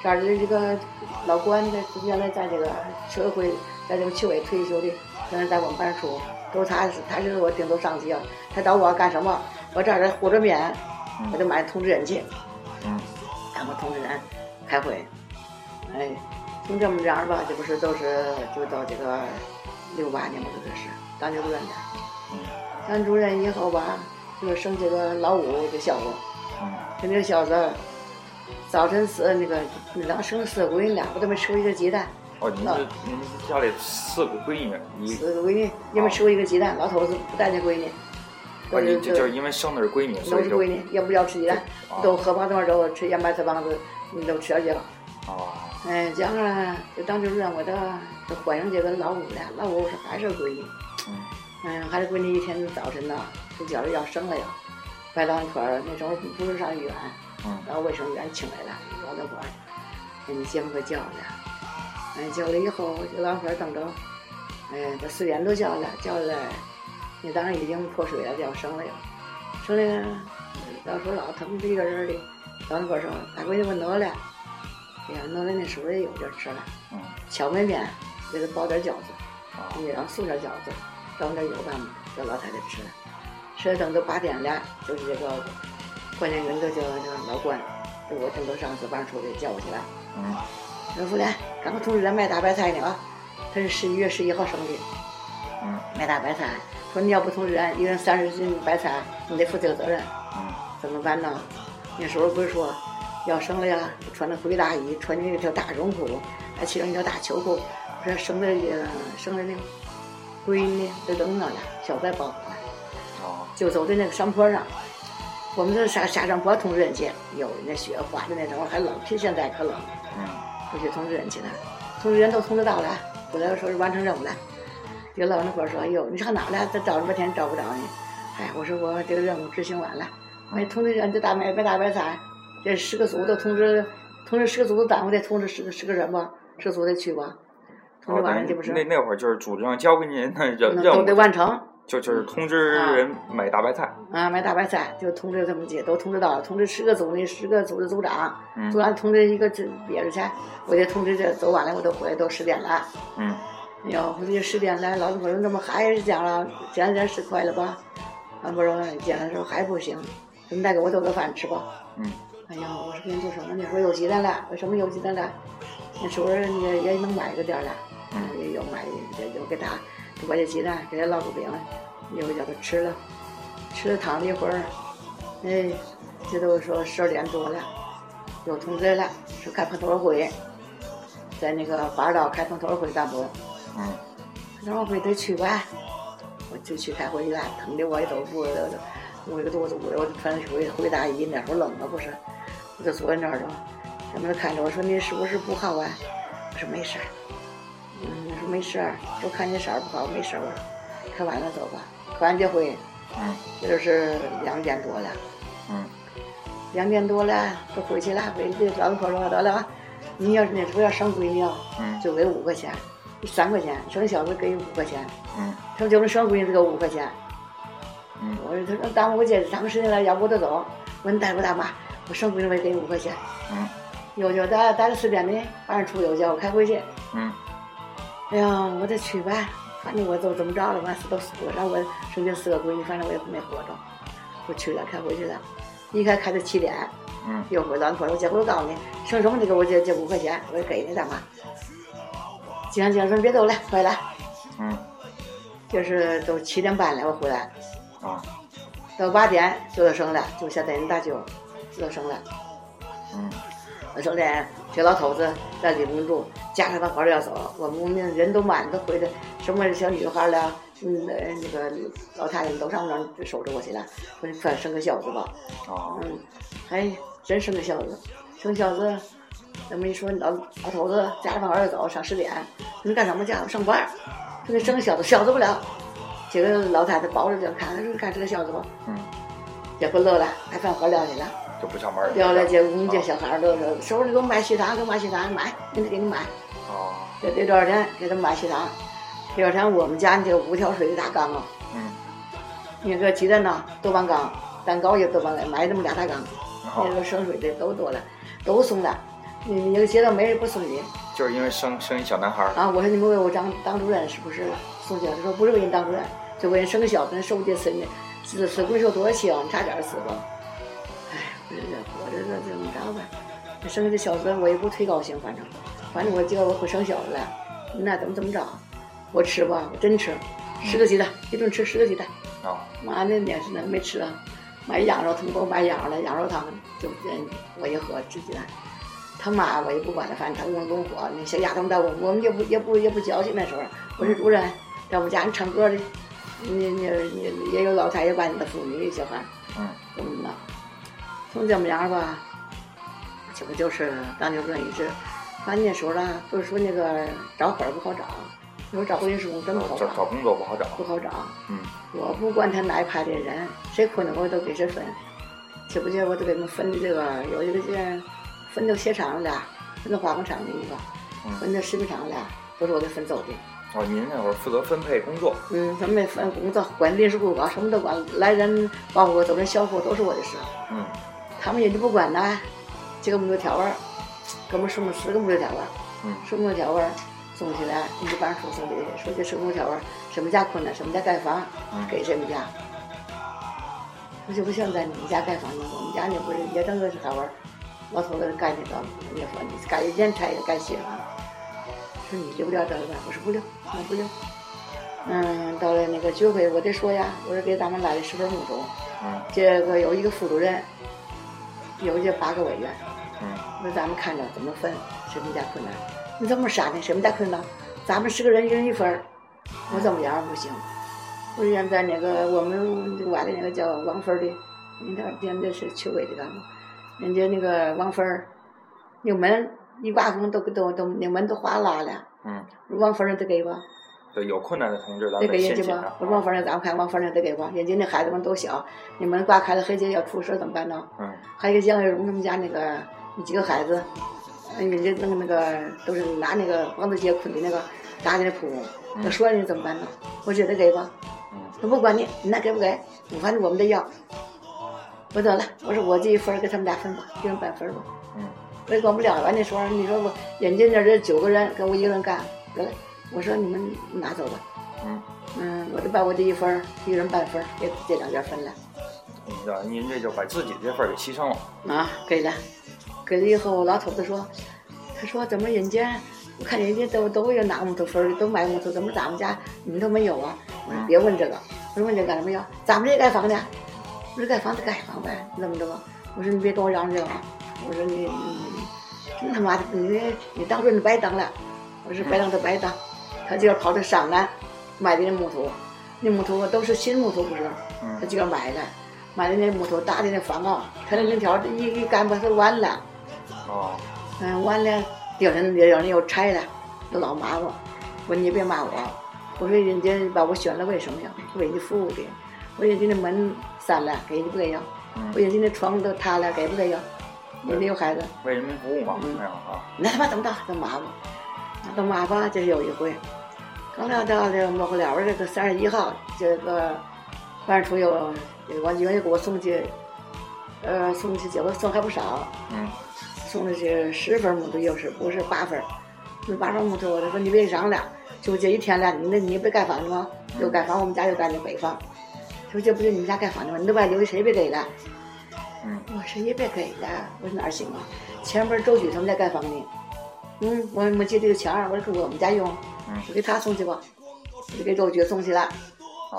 [SPEAKER 3] 这儿的这个老关，这原来在这个社会，在这个区委退休的，原来在我们办事处，都是他他是我顶头上级啊。他找我干什么？我这儿的和着面，我就买通知人去，
[SPEAKER 2] 嗯
[SPEAKER 3] 干个通知人开会。哎，就这么着吧，这不是都是就到这个六八年吧，这个是当主任的。
[SPEAKER 2] 嗯
[SPEAKER 3] 当主任以后吧，就是生这个老五就笑我。
[SPEAKER 2] 嗯
[SPEAKER 3] 他那个小子，早晨死那个两生四个闺女，俩不都没吃过一个鸡蛋，
[SPEAKER 2] 哦，您
[SPEAKER 3] 那
[SPEAKER 2] 是您是家里四个闺女，你
[SPEAKER 3] 四个闺女也没吃过一个鸡蛋，老头子不带那闺女，
[SPEAKER 2] 哦，
[SPEAKER 3] 都
[SPEAKER 2] 你
[SPEAKER 3] 是
[SPEAKER 2] 这就是因为生的是闺女，所
[SPEAKER 3] 都
[SPEAKER 2] 以
[SPEAKER 3] 是
[SPEAKER 2] 就
[SPEAKER 3] 闺女，也不要吃鸡蛋
[SPEAKER 2] 哦，
[SPEAKER 3] 都喝棒多粥，吃盐白菜棒子，你都吃点去了。
[SPEAKER 2] 哦，
[SPEAKER 3] 哎，这样啊，就当主任我这就欢迎这个老五了，老五是还是闺女，
[SPEAKER 2] 嗯
[SPEAKER 3] 嗯，还是闺女一天早晨呢，就觉着要生了要，白狼腿儿那时候不是上医院。
[SPEAKER 2] 嗯
[SPEAKER 3] 然后卫生员请来了，我那管，给你媳妇给叫了，哎，叫了以后，这老板等着，哎，都四点多叫了，叫了，那当然已经破水了，要生了要，生了，老头老疼的一个人的，老那块说，大闺女我挪了，哎呀，挪了那手也有地儿吃了，
[SPEAKER 2] 嗯
[SPEAKER 3] 荞麦面给她包点饺子，
[SPEAKER 2] 啊
[SPEAKER 3] 你让素点饺子，整点油干嘛，叫老太太吃了，吃了等到八点了，就是这个关键人都叫叫老关，就我顶头上司办事处给叫我去了。
[SPEAKER 2] 嗯
[SPEAKER 3] 说夫来，赶快通知咱卖大白菜呢啊！他是十一月十一号生的，
[SPEAKER 2] 嗯
[SPEAKER 3] 卖大白菜。说你要不通知咱，一人三十斤白菜，你得负这个责任，
[SPEAKER 2] 嗯
[SPEAKER 3] 怎么办呢？那时候不是说要生了呀，穿着灰大衣，穿着一条大绒裤，还系上一条大秋裤。我说生了呃生了那个闺女就扔那了，小白包了。
[SPEAKER 2] 哦
[SPEAKER 3] 就走在那个山坡上，我们这下下山坡通知人去，有那雪滑的那时候还冷，比现在可冷，
[SPEAKER 2] 嗯
[SPEAKER 3] 我去通知人去了，通知人都通知到了，啊回来说是完成任务了。这老那会儿说：“哎呦，你上哪儿了？这找了半天找不着你。”哎，我说我这个任务执行完了，哎，通知人这大买卖大白菜，这十个组都通知，通知十个组的党，我得通知十个十个人吧，十个组得去吧。通
[SPEAKER 2] 哦
[SPEAKER 3] 知完
[SPEAKER 2] 等
[SPEAKER 3] 了，这不
[SPEAKER 2] 于
[SPEAKER 3] 是
[SPEAKER 2] 那那会儿就是组织上交给您的任
[SPEAKER 3] 那都
[SPEAKER 2] 任
[SPEAKER 3] 得
[SPEAKER 2] 务，
[SPEAKER 3] 完嗯成。
[SPEAKER 2] 就就是通知人买大白菜。
[SPEAKER 3] 啊，买大白菜就通知他们姐都通知到了，通知十个组那十个组的组长，
[SPEAKER 2] 嗯
[SPEAKER 3] 组长通知一个这别的去，我就通知这走晚了，我都回来都十点了。啊
[SPEAKER 2] 嗯
[SPEAKER 3] 哎呦，回去十点了，老总说怎么还是讲了，讲讲十块了吧？俺不说讲的时候还不行，你们再给我做个饭吃吧。
[SPEAKER 2] 嗯
[SPEAKER 3] 哎呀，我说给你做什么？那时候有鸡蛋了，为什么有鸡蛋了？那时候也也能买个点儿了，
[SPEAKER 2] 嗯
[SPEAKER 3] 也有买，也有给他，就把这鸡蛋给他烙个饼，又叫他吃了，吃了躺了一会儿，哎，这都说十二点多了，有通知了，说开碰头儿会，在那个八道开碰头儿会干部，
[SPEAKER 2] 嗯
[SPEAKER 3] 那我回头去吧，我就去开会去了，疼的我也都不，我这个肚子我我就穿回回大衣，那会儿冷了不是，我就坐在那儿了，他们都看着我说你是不是不好啊？我说没事儿，嗯，我说没事儿，我看你色儿不好，没事儿，我说开完了走吧，开完这会，
[SPEAKER 2] 嗯
[SPEAKER 3] 这就是两点多了，
[SPEAKER 2] 嗯
[SPEAKER 3] 两点多了都回去了，回去老婆说得了啊，你要是那时候要生闺女啊，
[SPEAKER 2] 嗯
[SPEAKER 3] 就给五块钱，三块钱，生小子给五块钱。
[SPEAKER 2] 嗯
[SPEAKER 3] 他们就能说闺女给我五块钱。
[SPEAKER 2] 嗯
[SPEAKER 3] 我说他说耽误我姐长时间了，要不我就走。我说你带不大妈，我说闺女我也给你五块钱。
[SPEAKER 2] 嗯
[SPEAKER 3] 有就待待到四点呢，二处有叫我开会去。
[SPEAKER 2] 嗯
[SPEAKER 3] 哎呀，我得去吧，反正我都怎么着了，完事都死了，然后我生下四个闺女，反正我也没活着。我去了，开会去了，一开开到七点，
[SPEAKER 2] 嗯
[SPEAKER 3] 又回老婆说，姐我告诉你，生什么你给我这这五块钱，我给你大妈。行行，说别走了，回来，
[SPEAKER 2] 嗯
[SPEAKER 3] 就是都七点半了，我回来
[SPEAKER 2] 啊
[SPEAKER 3] 到八点就得生了，就下在人大舅就得生了。
[SPEAKER 2] 嗯
[SPEAKER 3] 我说呢，这老头子在里面住，家里把孩儿要走，我们那人都满，都回来，什么小女孩儿了，嗯，呃那个老太太们都上那儿守着我去了，说你快生个小子吧，
[SPEAKER 2] 啊
[SPEAKER 3] 嗯，哎，真生个小子，生小子，那么一说老老头子家里把孩儿要走，上十点，你干什么去？我上班儿，说那生个小子，小子不了，这个老太太抱着就看，说你干这个小子吧，
[SPEAKER 2] 嗯，
[SPEAKER 3] 结婚乐了，还放孩儿撂去了。
[SPEAKER 2] 就不上班儿
[SPEAKER 3] 要了这我们这小孩儿都是手里给我买喜糖，给我买喜糖，买，给你给你买，
[SPEAKER 2] 啊
[SPEAKER 3] 这得多少钱？给他买喜糖。第二天我们家这五条水的大缸啊，
[SPEAKER 2] 嗯，
[SPEAKER 3] 那个鸡蛋呢多半缸，蛋糕也多半缸，买那么俩大缸，
[SPEAKER 2] 然后
[SPEAKER 3] 那个生水的都多了，都送了。你你要街道没人不送你
[SPEAKER 2] 就是因为生生一小男孩儿
[SPEAKER 3] 啊！我说你们为我当当主任是不是送去了？他说不是为你当主任，就为人生个小子受这死呢，死死归受多轻，差点儿死了。哎，我这我这这怎么着吧？这生这小子我也不忒高兴，反正反正我就我会生小子了，那怎么怎么着？我吃吧，我真吃，十个鸡蛋，一顿吃十个鸡蛋。
[SPEAKER 2] 啊
[SPEAKER 3] 妈那年是那没吃啊，买羊肉，他们给我买羊肉了，羊肉汤就嗯我一喝吃鸡蛋。他妈我也不管了，反正他嗡嗡火，那小丫头们在我我们也不也不也不矫情那时候，我是主任，在我们家人唱歌的，你你你也有老太爷班的妇女小孩儿。
[SPEAKER 2] 嗯
[SPEAKER 3] 怎么的？从怎么样吧，这不就是当牛顿一直，咱那时候呢，不是说那个找伙儿不好找，你说找婚姻事工真不好
[SPEAKER 2] 就是找
[SPEAKER 3] 找，
[SPEAKER 2] 工作不好找，
[SPEAKER 3] 不好找。
[SPEAKER 2] 嗯
[SPEAKER 3] 我不管他哪一派的人，谁困难我都给谁分，这不就我都给他们分的这个有一个这分到鞋厂了，分到化工厂的一个，
[SPEAKER 2] 嗯
[SPEAKER 3] 分到食品厂了，都是我给分走的。
[SPEAKER 2] 哦，您那会儿负责分配工作
[SPEAKER 3] 嗯，咱们分工作管临时工管什么都管，来人包括走人销货都是我的事。
[SPEAKER 2] 嗯
[SPEAKER 3] 他们也就不管呐，就给我们六条味儿，给我们送了十个木头条味儿，
[SPEAKER 2] 嗯
[SPEAKER 3] 十个木头条味儿送起来，一帮人送送礼，说这十个木头条味儿，什么家困难，什么家盖房，
[SPEAKER 2] 嗯
[SPEAKER 3] 给谁们家。我就不像在你们家盖房子，我们家那不是也整个是条味儿，老头子盖那个，那说你盖一间拆也盖新房，说你留不了这个吧？我说不留，我不留。嗯，到了那个居委会，我得说呀，我说给咱们来了十份木头。
[SPEAKER 2] 嗯
[SPEAKER 3] 这个有一个副主任，有这八个委员，
[SPEAKER 2] 嗯
[SPEAKER 3] 那咱们看着怎么分谁们家困难？你这么傻呢？谁们家困难？咱们十个人一人一分儿，我怎么样不行？我原在那个我们我的那个叫王芬儿的，人家人家是区委的干部，人家那个王芬儿，那门一刮风都都都那门都哗啦了，
[SPEAKER 2] 嗯，
[SPEAKER 3] 王芬儿得给吧？
[SPEAKER 2] 对，有困难的同志咱
[SPEAKER 3] 得
[SPEAKER 2] 们
[SPEAKER 3] 给人
[SPEAKER 2] 先
[SPEAKER 3] 家
[SPEAKER 2] 紧
[SPEAKER 3] 吧
[SPEAKER 2] 啊，
[SPEAKER 3] 我说王夫人，咱们看王夫人得给吧，人家那孩子们都小，你们挂开了黑街要出事儿怎么办呢？
[SPEAKER 2] 嗯
[SPEAKER 3] 还有一个江月荣他们家那个那几个孩子，嗯人家弄那个都是拿那个黄子杰捆的那个搭的那铺，那
[SPEAKER 2] 嗯
[SPEAKER 3] 说你怎么办呢？我觉得给吧，
[SPEAKER 2] 嗯
[SPEAKER 3] 他不管你，你那给不给？我反正我们得要。我得了，我说我这一分儿给他们俩分吧，一人半分儿吧。
[SPEAKER 2] 嗯
[SPEAKER 3] 我也管不了。完那时候你说我人家那儿这九个人跟我一个人干，得了，我说你们拿走吧。
[SPEAKER 2] 嗯，
[SPEAKER 3] 嗯，我就把我这一分儿，一人半分儿，给这两家分了
[SPEAKER 2] 您这嗯您这就把自己这份儿给牺牲了，
[SPEAKER 3] 啊，给了，给了以后，我老头子说，他说怎么人家，我看人家都都有拿木头分儿，都买木头，怎么咱们家你们都没有啊？我说别问这个，我说问这干什么呀？咱们这盖房的，我说盖房子盖房呗，你怎么着吧？我说你别跟我嚷嚷这个，啊我说你你真他妈的，你这你当初你白当了，我说白当就白当，他就要跑到上南买的那木头，那木头啊都是新木头不是？他
[SPEAKER 2] 嗯
[SPEAKER 3] 就要买的，买的那木头搭的那房啊，他那那条一一杆把它弯了，
[SPEAKER 2] 哦
[SPEAKER 3] 嗯，弯了，有人有人又拆了，都老骂我，我说你别骂我，我说人家把我选了为什么呀？为人家服务的，我说人家那门散了，给人家不给要，我
[SPEAKER 2] 嗯，
[SPEAKER 3] 人家那床都塌了，给不给要？人家有孩子，
[SPEAKER 2] 为人民服务嘛，
[SPEAKER 3] 嗯
[SPEAKER 2] 那样啊，
[SPEAKER 3] 那他妈怎么着？都骂我，那都骂吧，这是有一回，刚到到这莫不了这个三十一号，这个办事处有这个王局又给我送去，呃，送去结果送还不少，
[SPEAKER 2] 嗯
[SPEAKER 3] 送的是十分木头，又是不是八分儿？那八分木头，我就说你别嚷了，就这一天了，你那你不盖房子吗？又盖房，我们家又盖那北方，他说这不就你们家盖房子吗？你都把留的谁别给了？
[SPEAKER 2] 嗯
[SPEAKER 3] 我说也别给了，我说哪儿行啊？前边周举他们在盖房呢，嗯，我我借这个钱儿，我说给我们家用，我给他送去吧，我就给周举送去了。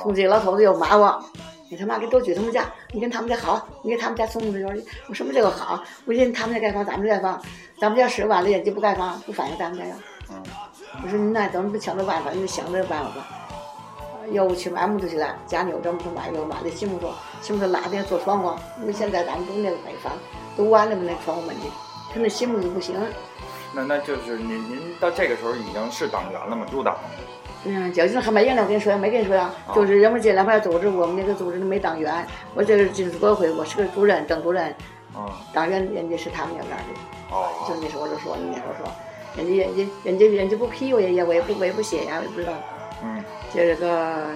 [SPEAKER 3] 送去老头子又骂我，你他妈给周举他们家，你跟他们家好，你跟他们家送的时候，我什么叫好？我认他们家盖房，咱们这盖房，咱们家使完了也就不盖房，不反映咱们家呀。
[SPEAKER 2] 嗯
[SPEAKER 3] 我说那咱们不想这办法，你想这办法吧。要不去买木头去了，家里有这么多买有买的新木头，新木头拉的做窗户。因为现在咱们都那个北方都弯了嘛，那窗户门的，他那新木头不行。
[SPEAKER 2] 那那就是您您到这个时候已经是党员了嘛，入党了。
[SPEAKER 3] 嗯，蒋劲还没人呢，我跟你说呀，没跟你说呀，
[SPEAKER 2] 啊
[SPEAKER 3] 就是人民解放派组织，我们那个组织没党员，我这是进组委会，我是个主任，正主任，
[SPEAKER 2] 嗯
[SPEAKER 3] 党员人家是他们那边的，就
[SPEAKER 2] 哦，
[SPEAKER 3] 那时候我就说，那时候说，人家人家人家人家不批我也也我也不我也不写呀，我也不知道。
[SPEAKER 2] 嗯
[SPEAKER 3] 这个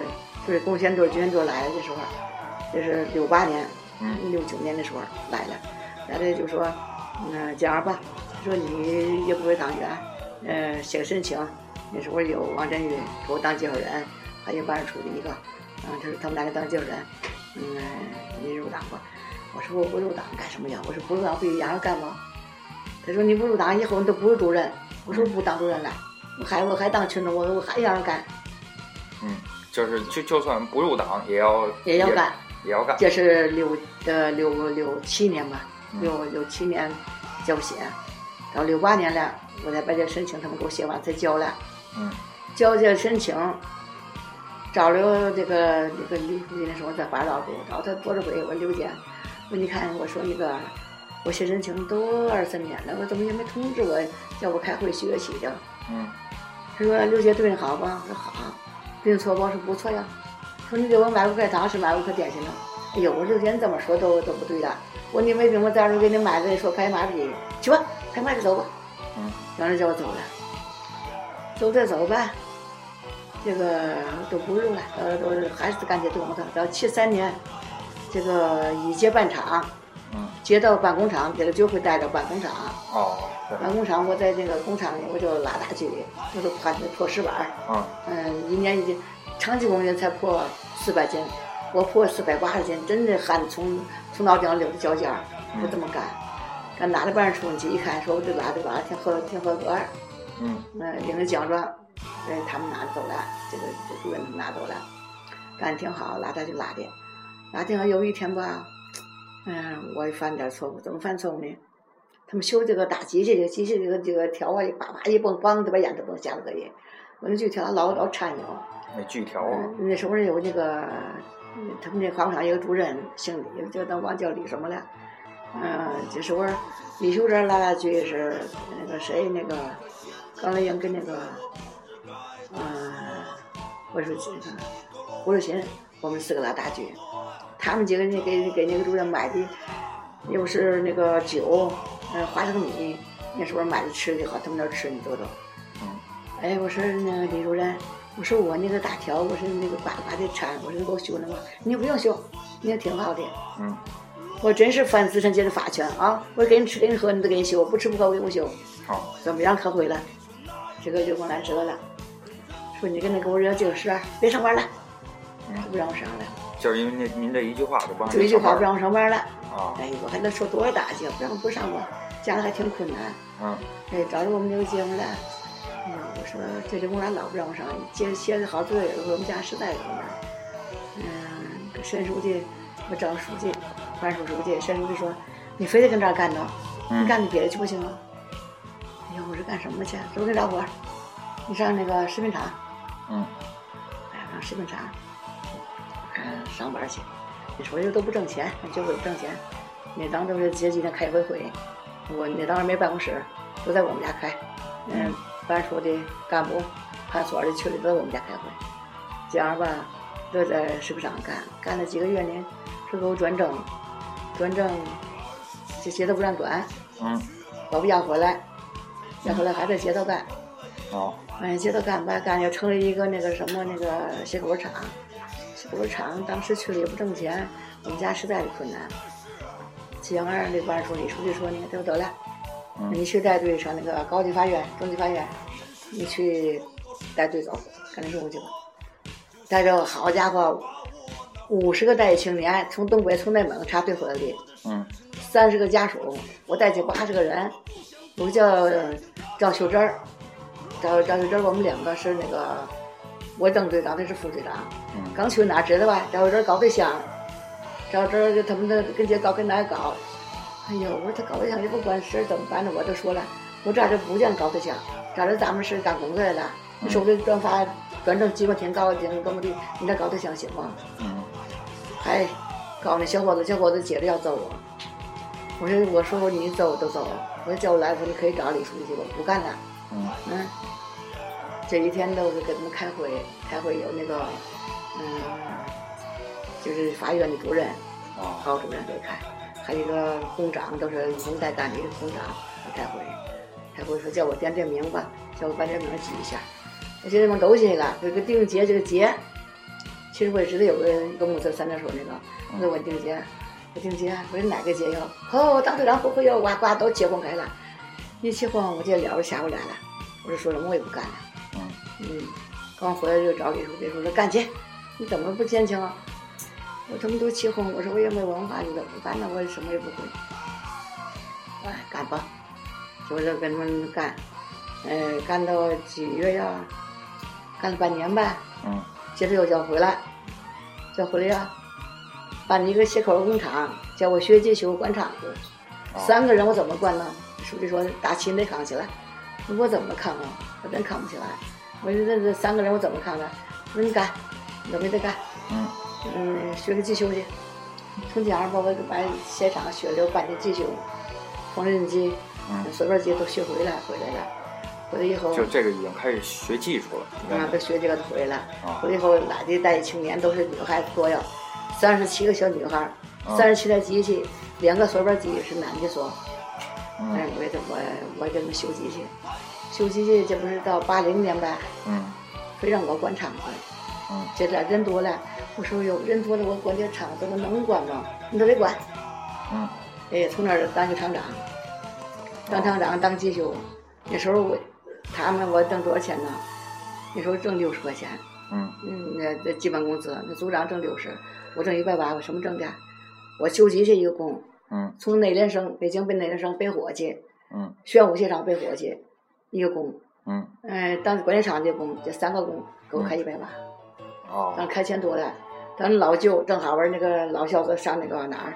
[SPEAKER 3] 就是共产党志愿者来的时候，啊就是六八年、
[SPEAKER 2] 嗯
[SPEAKER 3] 六九年的时候来了，来了就说，嗯、这样吧，说你也不是党员，呃，写个申请，那时候有王振宇给我当介绍人，还有办事处的一个，啊、就是他们两个当介绍人，嗯，你入党吧。我说我不入党干什么呀？我说不入党比洋人干嘛？他说你不入党以后你都不是主任。我说我不当主任了，我还我还当群众，我我还洋人干。
[SPEAKER 2] 嗯，就是就就算不入党也要
[SPEAKER 3] 也要干，
[SPEAKER 2] 也要干。
[SPEAKER 3] 这是六呃六六七年吧，
[SPEAKER 2] 嗯
[SPEAKER 3] 六六七年交写，到六八年了，我才把这申请他们给我写完才交了，
[SPEAKER 2] 嗯
[SPEAKER 3] 交这申请，找了这个这个李书记那时候在华饶给我找他多少回，我说刘姐，我说你看我说那个我写申请都二三年了，我怎么也没通知我叫我开会学习的？
[SPEAKER 2] 嗯
[SPEAKER 3] 他说刘姐对你好吧？我说好，对你错吧？我说不错呀。说你给我买过块糖，是买过块点心呢。哎呦，我说刘姐你怎么说都都不对的。我说你没病，我到时候给你买个说拍马屁，去吧，拍马屁走吧。
[SPEAKER 2] 嗯
[SPEAKER 3] 然后叫我走了，走再走吧，这个都不用了，呃，都还是干这东西。到七三年，这个以接办厂，
[SPEAKER 2] 嗯
[SPEAKER 3] 接到办工厂，给他就会带到办工厂。
[SPEAKER 2] 哦，对，
[SPEAKER 3] 办工厂，我在那个工厂里我就拉大锯，我就破破石板儿。
[SPEAKER 2] 嗯
[SPEAKER 3] 嗯，一年已经长期工人才破四百斤，我破四百八十斤，真的汗从从脑顶流到脚尖儿，我这么干。干拿着办事处你去一看，说我这拉的娃挺合挺合格儿，
[SPEAKER 2] 嗯
[SPEAKER 3] 嗯，领着奖状，呃，他们拿着走了，这个这主任他们拿走了，干得挺好，拉他就拉的，拉挺好。有一天吧，嗯，我也犯点错误，怎么犯错误呢？他们修这个打机器，这个机器这个这个条啊，一叭叭一蹦，梆就把眼都蹦瞎了个人。我那锯条老老颤悠，
[SPEAKER 2] 那锯条啊，
[SPEAKER 3] 嗯那时候有那个嗯他们那化工厂有个主任，姓李，叫他忘叫李什么了。嗯，这时候李秀珍拉拉锯是那个谁那个高丽英跟那个嗯我说这个胡志琴，我们四个拉大锯，他们几个人给给那个主任买的又是那个酒，呃花生米，那时候买的吃的好，他们那儿吃你知道。
[SPEAKER 2] 嗯
[SPEAKER 3] 哎，我说那李主任，我说我那个大条，我说那个呱呱的铲，我说你给我修了吗？你不用修，你也挺好的。
[SPEAKER 2] 嗯
[SPEAKER 3] 我真是犯资产阶级法权啊！我给你吃给你喝，你都给你修，不吃不喝我给我修，
[SPEAKER 2] 好，
[SPEAKER 3] 怎么样？可毁了，这个就给我来折了。说你跟那给我惹这个事儿，别上班了，就不让我上了，
[SPEAKER 2] 就是因为您您这一句话就帮
[SPEAKER 3] 就一句话不让我哦上班了。
[SPEAKER 2] 啊，
[SPEAKER 3] 哎，我还能受多少打击？不让我不上班，家里还挺困难。
[SPEAKER 2] 嗯
[SPEAKER 3] 哎，找着我们这个节目了。哎呀，我说这这公园老不让我上，接歇了好多人，我们家实在有点儿。嗯，沈书记，我找书记，班书书记，沈书记说，你非得跟这儿干呢，你
[SPEAKER 2] 嗯
[SPEAKER 3] 干别的去不行吗？哎呀，我说干什么去？说我给你找活儿，你上那个食品厂，
[SPEAKER 2] 嗯
[SPEAKER 3] 哎，上食品厂，嗯，上班去。你说这都不挣钱，那就会不挣钱。那当都是阶级的开会会，我那当时没办公室，都在我们家开。嗯
[SPEAKER 2] 嗯，
[SPEAKER 3] 办事处的干部、派出所的去的都在我们家开会。这样吧，都在市场干，干了几个月呢，说给我转正，转正，这街道不让转，
[SPEAKER 2] 嗯，
[SPEAKER 3] 我不要回来，要回来还在街道干。
[SPEAKER 2] 好，
[SPEAKER 3] 哎，街头干吧干，又成立一个那个什么那个血口厂，血口厂当时去了也不挣钱，我们家实在是困难。季杨二那办事处李书记说呢，他说得了，
[SPEAKER 2] 嗯
[SPEAKER 3] 你去带队上那个高级法院、中级法院，你去带队走，干那任务去吧。带着好家伙，五十个待役青年从东北、从内蒙插队回来的，
[SPEAKER 2] 嗯
[SPEAKER 3] 三十个家属，我带去八十个人，有个叫赵秀珍儿，到到这阵我们两个是那个，我当队长，他是副队长，
[SPEAKER 2] 嗯
[SPEAKER 3] 刚去哪知道吧？到这儿搞对象，到这儿他们的跟姐搞跟哪搞，哎呦，我说他搞对象也不管事儿怎么办呢？我就说了，我这就不见搞对象，这是咱们是干工作的，你手里转发转正鸡巴挺高挺怎么的，你这搞对象行吗？
[SPEAKER 2] 嗯
[SPEAKER 3] 还告哎诉那小伙子，小伙子接着要揍我。我说我说我你揍我就揍我，啊我说叫我来，我说你可以找李书记，我不干了。
[SPEAKER 2] 嗯
[SPEAKER 3] 嗯，这一天都是给他们开会，开会有那个，嗯，就是法院的主任，
[SPEAKER 2] 啊
[SPEAKER 3] 高主任给开，还有一个工长，都是农代干的一个工长给开会，开会说叫我点这名吧，叫我把这名记一下，我现在往楼下了，这个定杰这个杰，其实我也知道有个一个木字三点水那个，我说我定杰，我定杰，我说哪个杰哟？哦，大队长不会哟，哇呱都结婚开了，一结婚我就聊着下午来了，我就说什么我也不干了。
[SPEAKER 2] 嗯
[SPEAKER 3] 嗯，刚回来就找李书记说：“干姐，你怎么不坚强啊？”我他们都起哄，我说我也没文化，你怎么办呢？我也什么也不会。哎，干吧，就是跟他们干，呃，干到几月呀？干了半年吧，
[SPEAKER 2] 嗯
[SPEAKER 3] 接着又叫回来，叫回来呀，办一个斜口工厂，叫我学机修管厂子，
[SPEAKER 2] 啊
[SPEAKER 3] 三个人我怎么管呢？书记说打琴得扛起来，我怎么扛啊？我真扛不起来。我说这这三个人我怎么扛呢？我说你干，有没得干？
[SPEAKER 2] 嗯
[SPEAKER 3] 嗯，学个技修去。从小把我把现场学了半年技修，缝纫机、
[SPEAKER 2] 嗯，
[SPEAKER 3] 随便机都学回来，回来了。回来以后
[SPEAKER 2] 就这个已经开始学技术了。应该
[SPEAKER 3] 啊，
[SPEAKER 2] 是
[SPEAKER 3] 都学这个回来了。
[SPEAKER 2] 啊
[SPEAKER 3] 回来以后哪地带青年都是女孩子多呀，三十七个小女孩，
[SPEAKER 2] 啊
[SPEAKER 3] 三十七台机器，两个随便机是男的做。哎
[SPEAKER 2] 嗯，
[SPEAKER 3] 我给他我我给他们修机器，修机器这不是到八零年吧，
[SPEAKER 2] 嗯
[SPEAKER 3] 非让我管厂子。
[SPEAKER 2] 嗯
[SPEAKER 3] 这点人多了，我说有人多了，我管这厂子我能管吗？你都得管。
[SPEAKER 2] 嗯
[SPEAKER 3] 哎，从那儿当个厂长，当厂长当机修。那时候我他们我挣多少钱呢？那时候挣六十块钱，
[SPEAKER 2] 嗯
[SPEAKER 3] 嗯，那那基本工资，那组长挣六十，我挣一百八，我什么挣的？我修机去一个工，
[SPEAKER 2] 嗯
[SPEAKER 3] 从内联升北京奔内联升北火去，
[SPEAKER 2] 嗯
[SPEAKER 3] 宣武鞋厂北火去，一个工，
[SPEAKER 2] 嗯
[SPEAKER 3] 嗯、当管理厂的工，这三个工给我开一百八。
[SPEAKER 2] 哦
[SPEAKER 3] 咱开钱多了，咱老舅正好玩那个老小子上那个哪儿，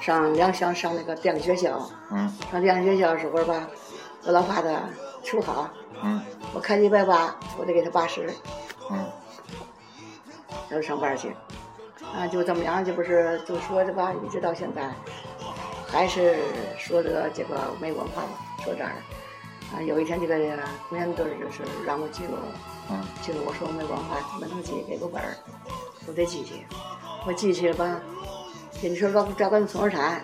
[SPEAKER 3] 上良乡上那个电影学校，
[SPEAKER 2] 嗯
[SPEAKER 3] 上电影学校的时候吧，我老怕他吃不好，
[SPEAKER 2] 嗯
[SPEAKER 3] 我开一百八，我得给他八十，
[SPEAKER 2] 嗯
[SPEAKER 3] 他就上班去，啊，就这么样，这不是就说的吧，一直到现在，还是说这个这个没文化嘛，说这儿，啊，有一天这个工研队儿就是让我记录。
[SPEAKER 2] 嗯
[SPEAKER 3] 就是我说没文化，没能记，给个本儿，我得记去。我记去了吧，你说老找个从头产，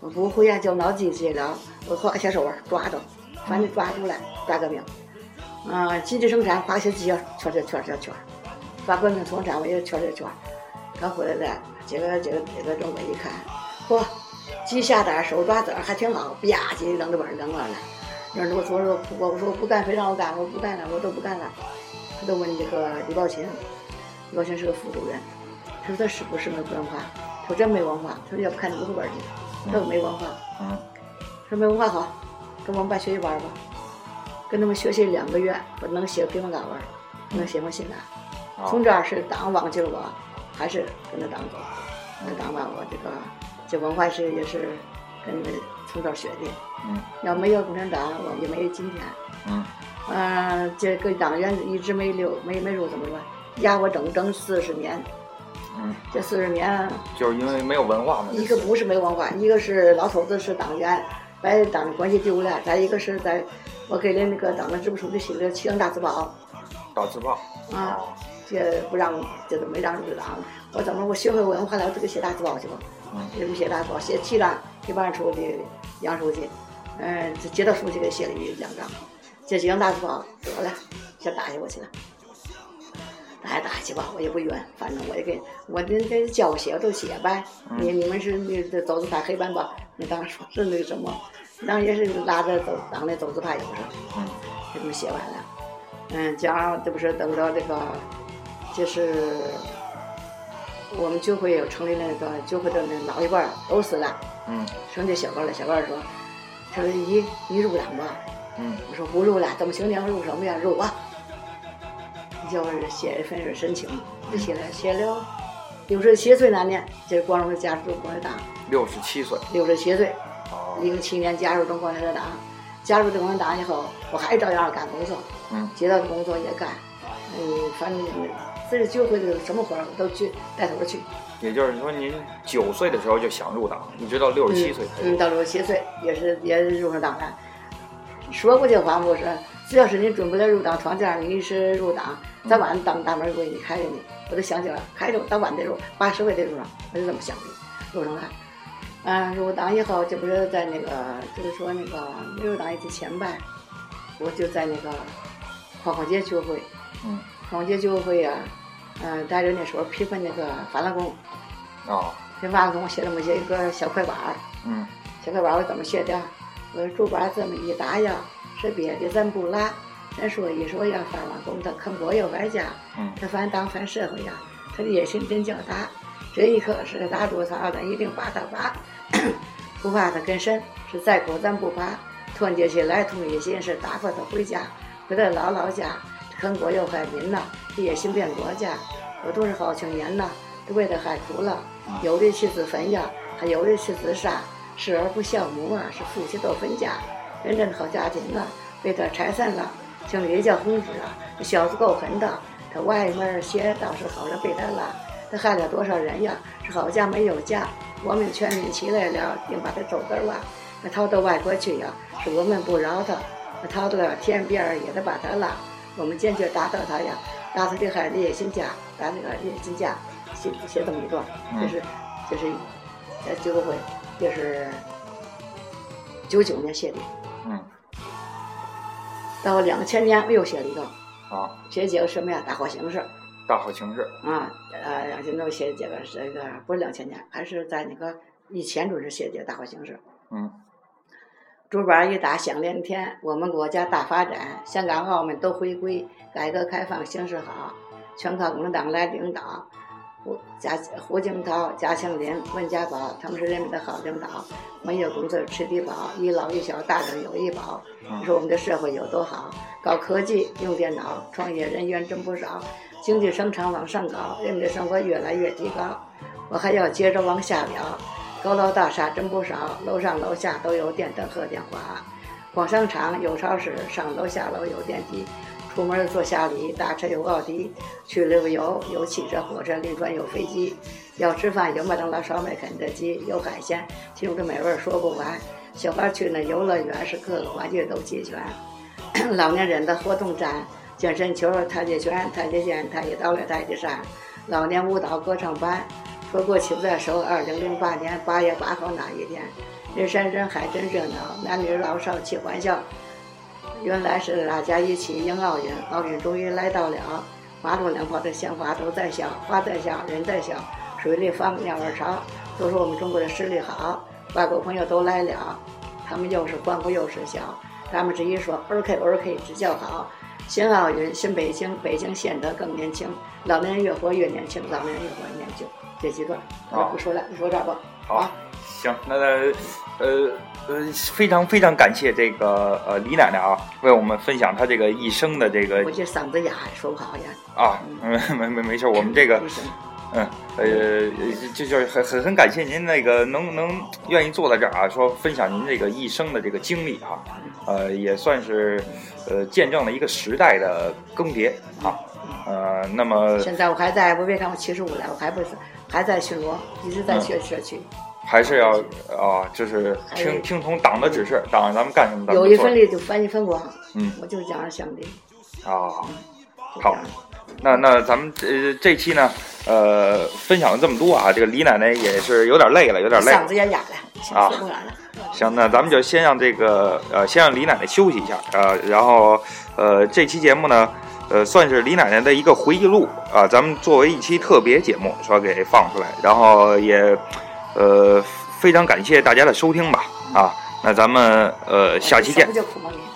[SPEAKER 3] 我不会呀、就老记去了。我画小手腕抓着，反正抓住了，抓个命。啊、集体生产画小鸡儿圈圈圈圈圈，抓个命从产我也圈圈圈。刚回来的，这个这个这个中国一看，嚯，鸡下蛋手抓子儿还挺好，吧唧扔着本儿扔完了。那我昨儿我我说我不干，非让我干，我不干了，我都不干了。他就问这个李宝琴，李宝琴是个副主任，他说他是不是没文化？他说真没文化，他说要不看你户口本去，他说没文化，
[SPEAKER 2] 嗯
[SPEAKER 3] 他说没文化好，跟我们办学习班吧，跟他们学习两个月，我能写个平方稿文，能写封信来。从
[SPEAKER 2] 哦
[SPEAKER 3] 这儿是党忘记了我，还是跟着党走，跟着党吧，我这个这文化是也是跟着从这儿学的，
[SPEAKER 2] 嗯
[SPEAKER 3] 要没有共产党，我也没有今天。
[SPEAKER 2] 嗯
[SPEAKER 3] 嗯，这个党员一直没留，没没入，怎么说？压我整整四十年，
[SPEAKER 2] 嗯，
[SPEAKER 3] 这四十年，
[SPEAKER 2] 就是因为没有文化嘛。
[SPEAKER 3] 一个不是没文化，一个是老头子是党员，把党关系丢了；再一个是在我给了那个党的支部书记写了《七张大字报
[SPEAKER 2] 导自爆。》
[SPEAKER 3] 啊，
[SPEAKER 2] 哦
[SPEAKER 3] 这不让，这都没让入党。我怎么我学会文化了，我就给写大字报去吧？
[SPEAKER 2] 嗯
[SPEAKER 3] 这不写大字报，写七张，一班书记杨书记，嗯，这街道书记给写了一两张，这几张大字报得了，先打下我去了。打打去吧，我也不冤，反正我也给我这这教我写我都写呗。你你们是那这走字派黑板吧？那当然说是那个什么，当然也是拉着走党的走字派也不是，
[SPEAKER 2] 嗯
[SPEAKER 3] 给他们写完了。嗯，加上这不是等到这个，就是我们军会有成立那个军会的那老一辈儿都死了，
[SPEAKER 2] 嗯
[SPEAKER 3] 剩下小辈儿了。小辈儿说，他说姨，你入党吧，
[SPEAKER 2] 嗯
[SPEAKER 3] 我说不录了，等新娘入什么呀？入啊！就是写一份申请，就写了写了六十七岁那年，这光荣加入共产党，
[SPEAKER 2] 六十七岁，
[SPEAKER 3] 六十七岁，
[SPEAKER 2] 哦，
[SPEAKER 3] 零七年加入中国共产党，加入中国共产党以后，我还照样干工作，
[SPEAKER 2] 嗯
[SPEAKER 3] 接到的工作也干，嗯，反正自己就会的什么活儿我都去带头去。
[SPEAKER 2] 也就是说您九岁的时候就想入党，一直到六十七岁才
[SPEAKER 3] 嗯，嗯，
[SPEAKER 2] 入。
[SPEAKER 3] 到六十七岁也是也是入上党了。说过这话，我说只要是你准备了入党条件，你是入党，早晚党大门归你开着你。我都想起来，开着我早晚得入，八十回得入上，我就这么想的，入上了。啊，入党以后，这不是在那个，就是说那个入党以前吧，我就在那个黄花街聚会，
[SPEAKER 2] 嗯，
[SPEAKER 3] 黄花街聚会呀、嗯、带着那时候批判那个法轮功，
[SPEAKER 2] 哦，
[SPEAKER 3] 批判法轮功写了么些一个小快板儿。
[SPEAKER 2] 嗯
[SPEAKER 3] 这个娃我怎么写的？我说竹板这么一打呀，是别的咱不拉，咱说一说呀，法轮功他肯国有外家，
[SPEAKER 2] 嗯
[SPEAKER 3] 他反党反社会呀，他的野心真较大。这一刻是打住他，咱一定把他拔，不怕他跟身，是再苦咱不怕，团结起来，统一心是打发他回家，回到姥姥家，肯国有害民呐，野心变国家，我都是好青年呐，都为他害苦了，有的去自焚呀，还有的去自杀，视而不孝母啊，是夫妻都分家，真正的好家庭啊，被他拆散了，经理叫红纸啊，这小子够狠的，他外面邪道是好人被他拉，他害了多少人呀？是好家没有家，我们全民起来了，定把他揍根儿挖。那逃到外国去呀，是我们不饶他，那逃到天边儿也得把他拉。我们坚决打倒他呀，打他这孩子也姓贾，打那个也姓贾，写写这么一段，这是这是呃九个回，这是九九年写的，
[SPEAKER 2] 嗯，
[SPEAKER 3] 到两千年我又写了一段，
[SPEAKER 2] 啊，
[SPEAKER 3] 写几个什么呀？大火形式。
[SPEAKER 2] 大好形势，
[SPEAKER 3] 啊，呃，两千多写这个是这个不是两千年，还是在那个以前就是写这个大火形势。
[SPEAKER 2] 嗯
[SPEAKER 3] 竹板一打响连天，我们国家大发展，香港、澳门都回归，改革开放形势好，全靠共产党来领导。胡贾胡锦涛、贾庆林、温家宝，他们是人民的好领导，没有工作吃低保，一老一小大人有医保。你说我们的社会有多好？搞科技，用电脑，创业人员真不少，经济生产往上搞，人民的生活越来越提高。我还要接着往下聊，高楼大厦真不少，楼上楼下都有电灯和电话，逛商场有超市，上楼下楼有电梯，出门坐下里，打车有奥迪，去旅游有汽车、火车、旅馆有飞机，要吃饭有麦当劳、烧麦、肯德基，有海鲜，其中的美味儿说不完。小孩去那游乐园是各个玩具都齐全。 [CLEARS THROAT] 老年人的活动展、健身球、太极拳、太极剑、太极刀类、太极扇，老年舞蹈歌唱班。回国请在手，二零零八年八月八号那一天，人山人海，真热闹，男女老少齐欢笑。原来是大家一起迎奥运，奥运终于来到了，马路两旁的鲜花都在笑，花在笑，人在笑，水里放鸟儿巢，都说我们中国的实力好，外国朋友都来了，他们又是欢呼又是笑，他们只一说 OK OK 只叫好。新奥运，新北京，北京显得更年轻，老年人越活越年轻，老年人越活越年轻。这几段我
[SPEAKER 2] 好
[SPEAKER 3] 不说了，你说这儿吧。
[SPEAKER 2] 好，啊行，那呃呃呃，非常非常感谢这个呃李奶奶啊，为我们分享她这个一生的这个
[SPEAKER 3] 我这嗓子哑，说不好呀。
[SPEAKER 2] 啊，嗯没没没事，我们这个
[SPEAKER 3] 不行
[SPEAKER 2] 嗯呃，就就是很很很感谢您那个能能愿意坐在这儿啊，说分享您这个一生的这个经历啊，呃，也算是呃见证了一个时代的更迭啊，
[SPEAKER 3] 嗯
[SPEAKER 2] 呃，那么
[SPEAKER 3] [LAUGHS] 现在我还在，我别看我七十五了，我还不是还在巡逻，一直在学
[SPEAKER 2] 嗯
[SPEAKER 3] 社区。
[SPEAKER 2] 还是要啊，就是听听从党的指示，党让咱们干什么，咱们就
[SPEAKER 3] 有一
[SPEAKER 2] 做
[SPEAKER 3] 分力就翻一分光，
[SPEAKER 2] 嗯
[SPEAKER 3] 我就是这样想的。
[SPEAKER 2] 啊。好，那那咱们这这期呢，呃，分享了这么多啊，这个李奶奶也是有点累了，有点累了
[SPEAKER 3] 嗓子也哑了，
[SPEAKER 2] 啊
[SPEAKER 3] 想说不完了。
[SPEAKER 2] 行，那咱们就先让这个呃，先让李奶奶休息一下呃，然后呃，这期节目呢，呃，算是李奶奶的一个回忆录啊、咱们作为一期特别节目说给放出来，然后也呃非常感谢大家的收听吧啊，那咱们呃下期见
[SPEAKER 3] 不。就苦吗你？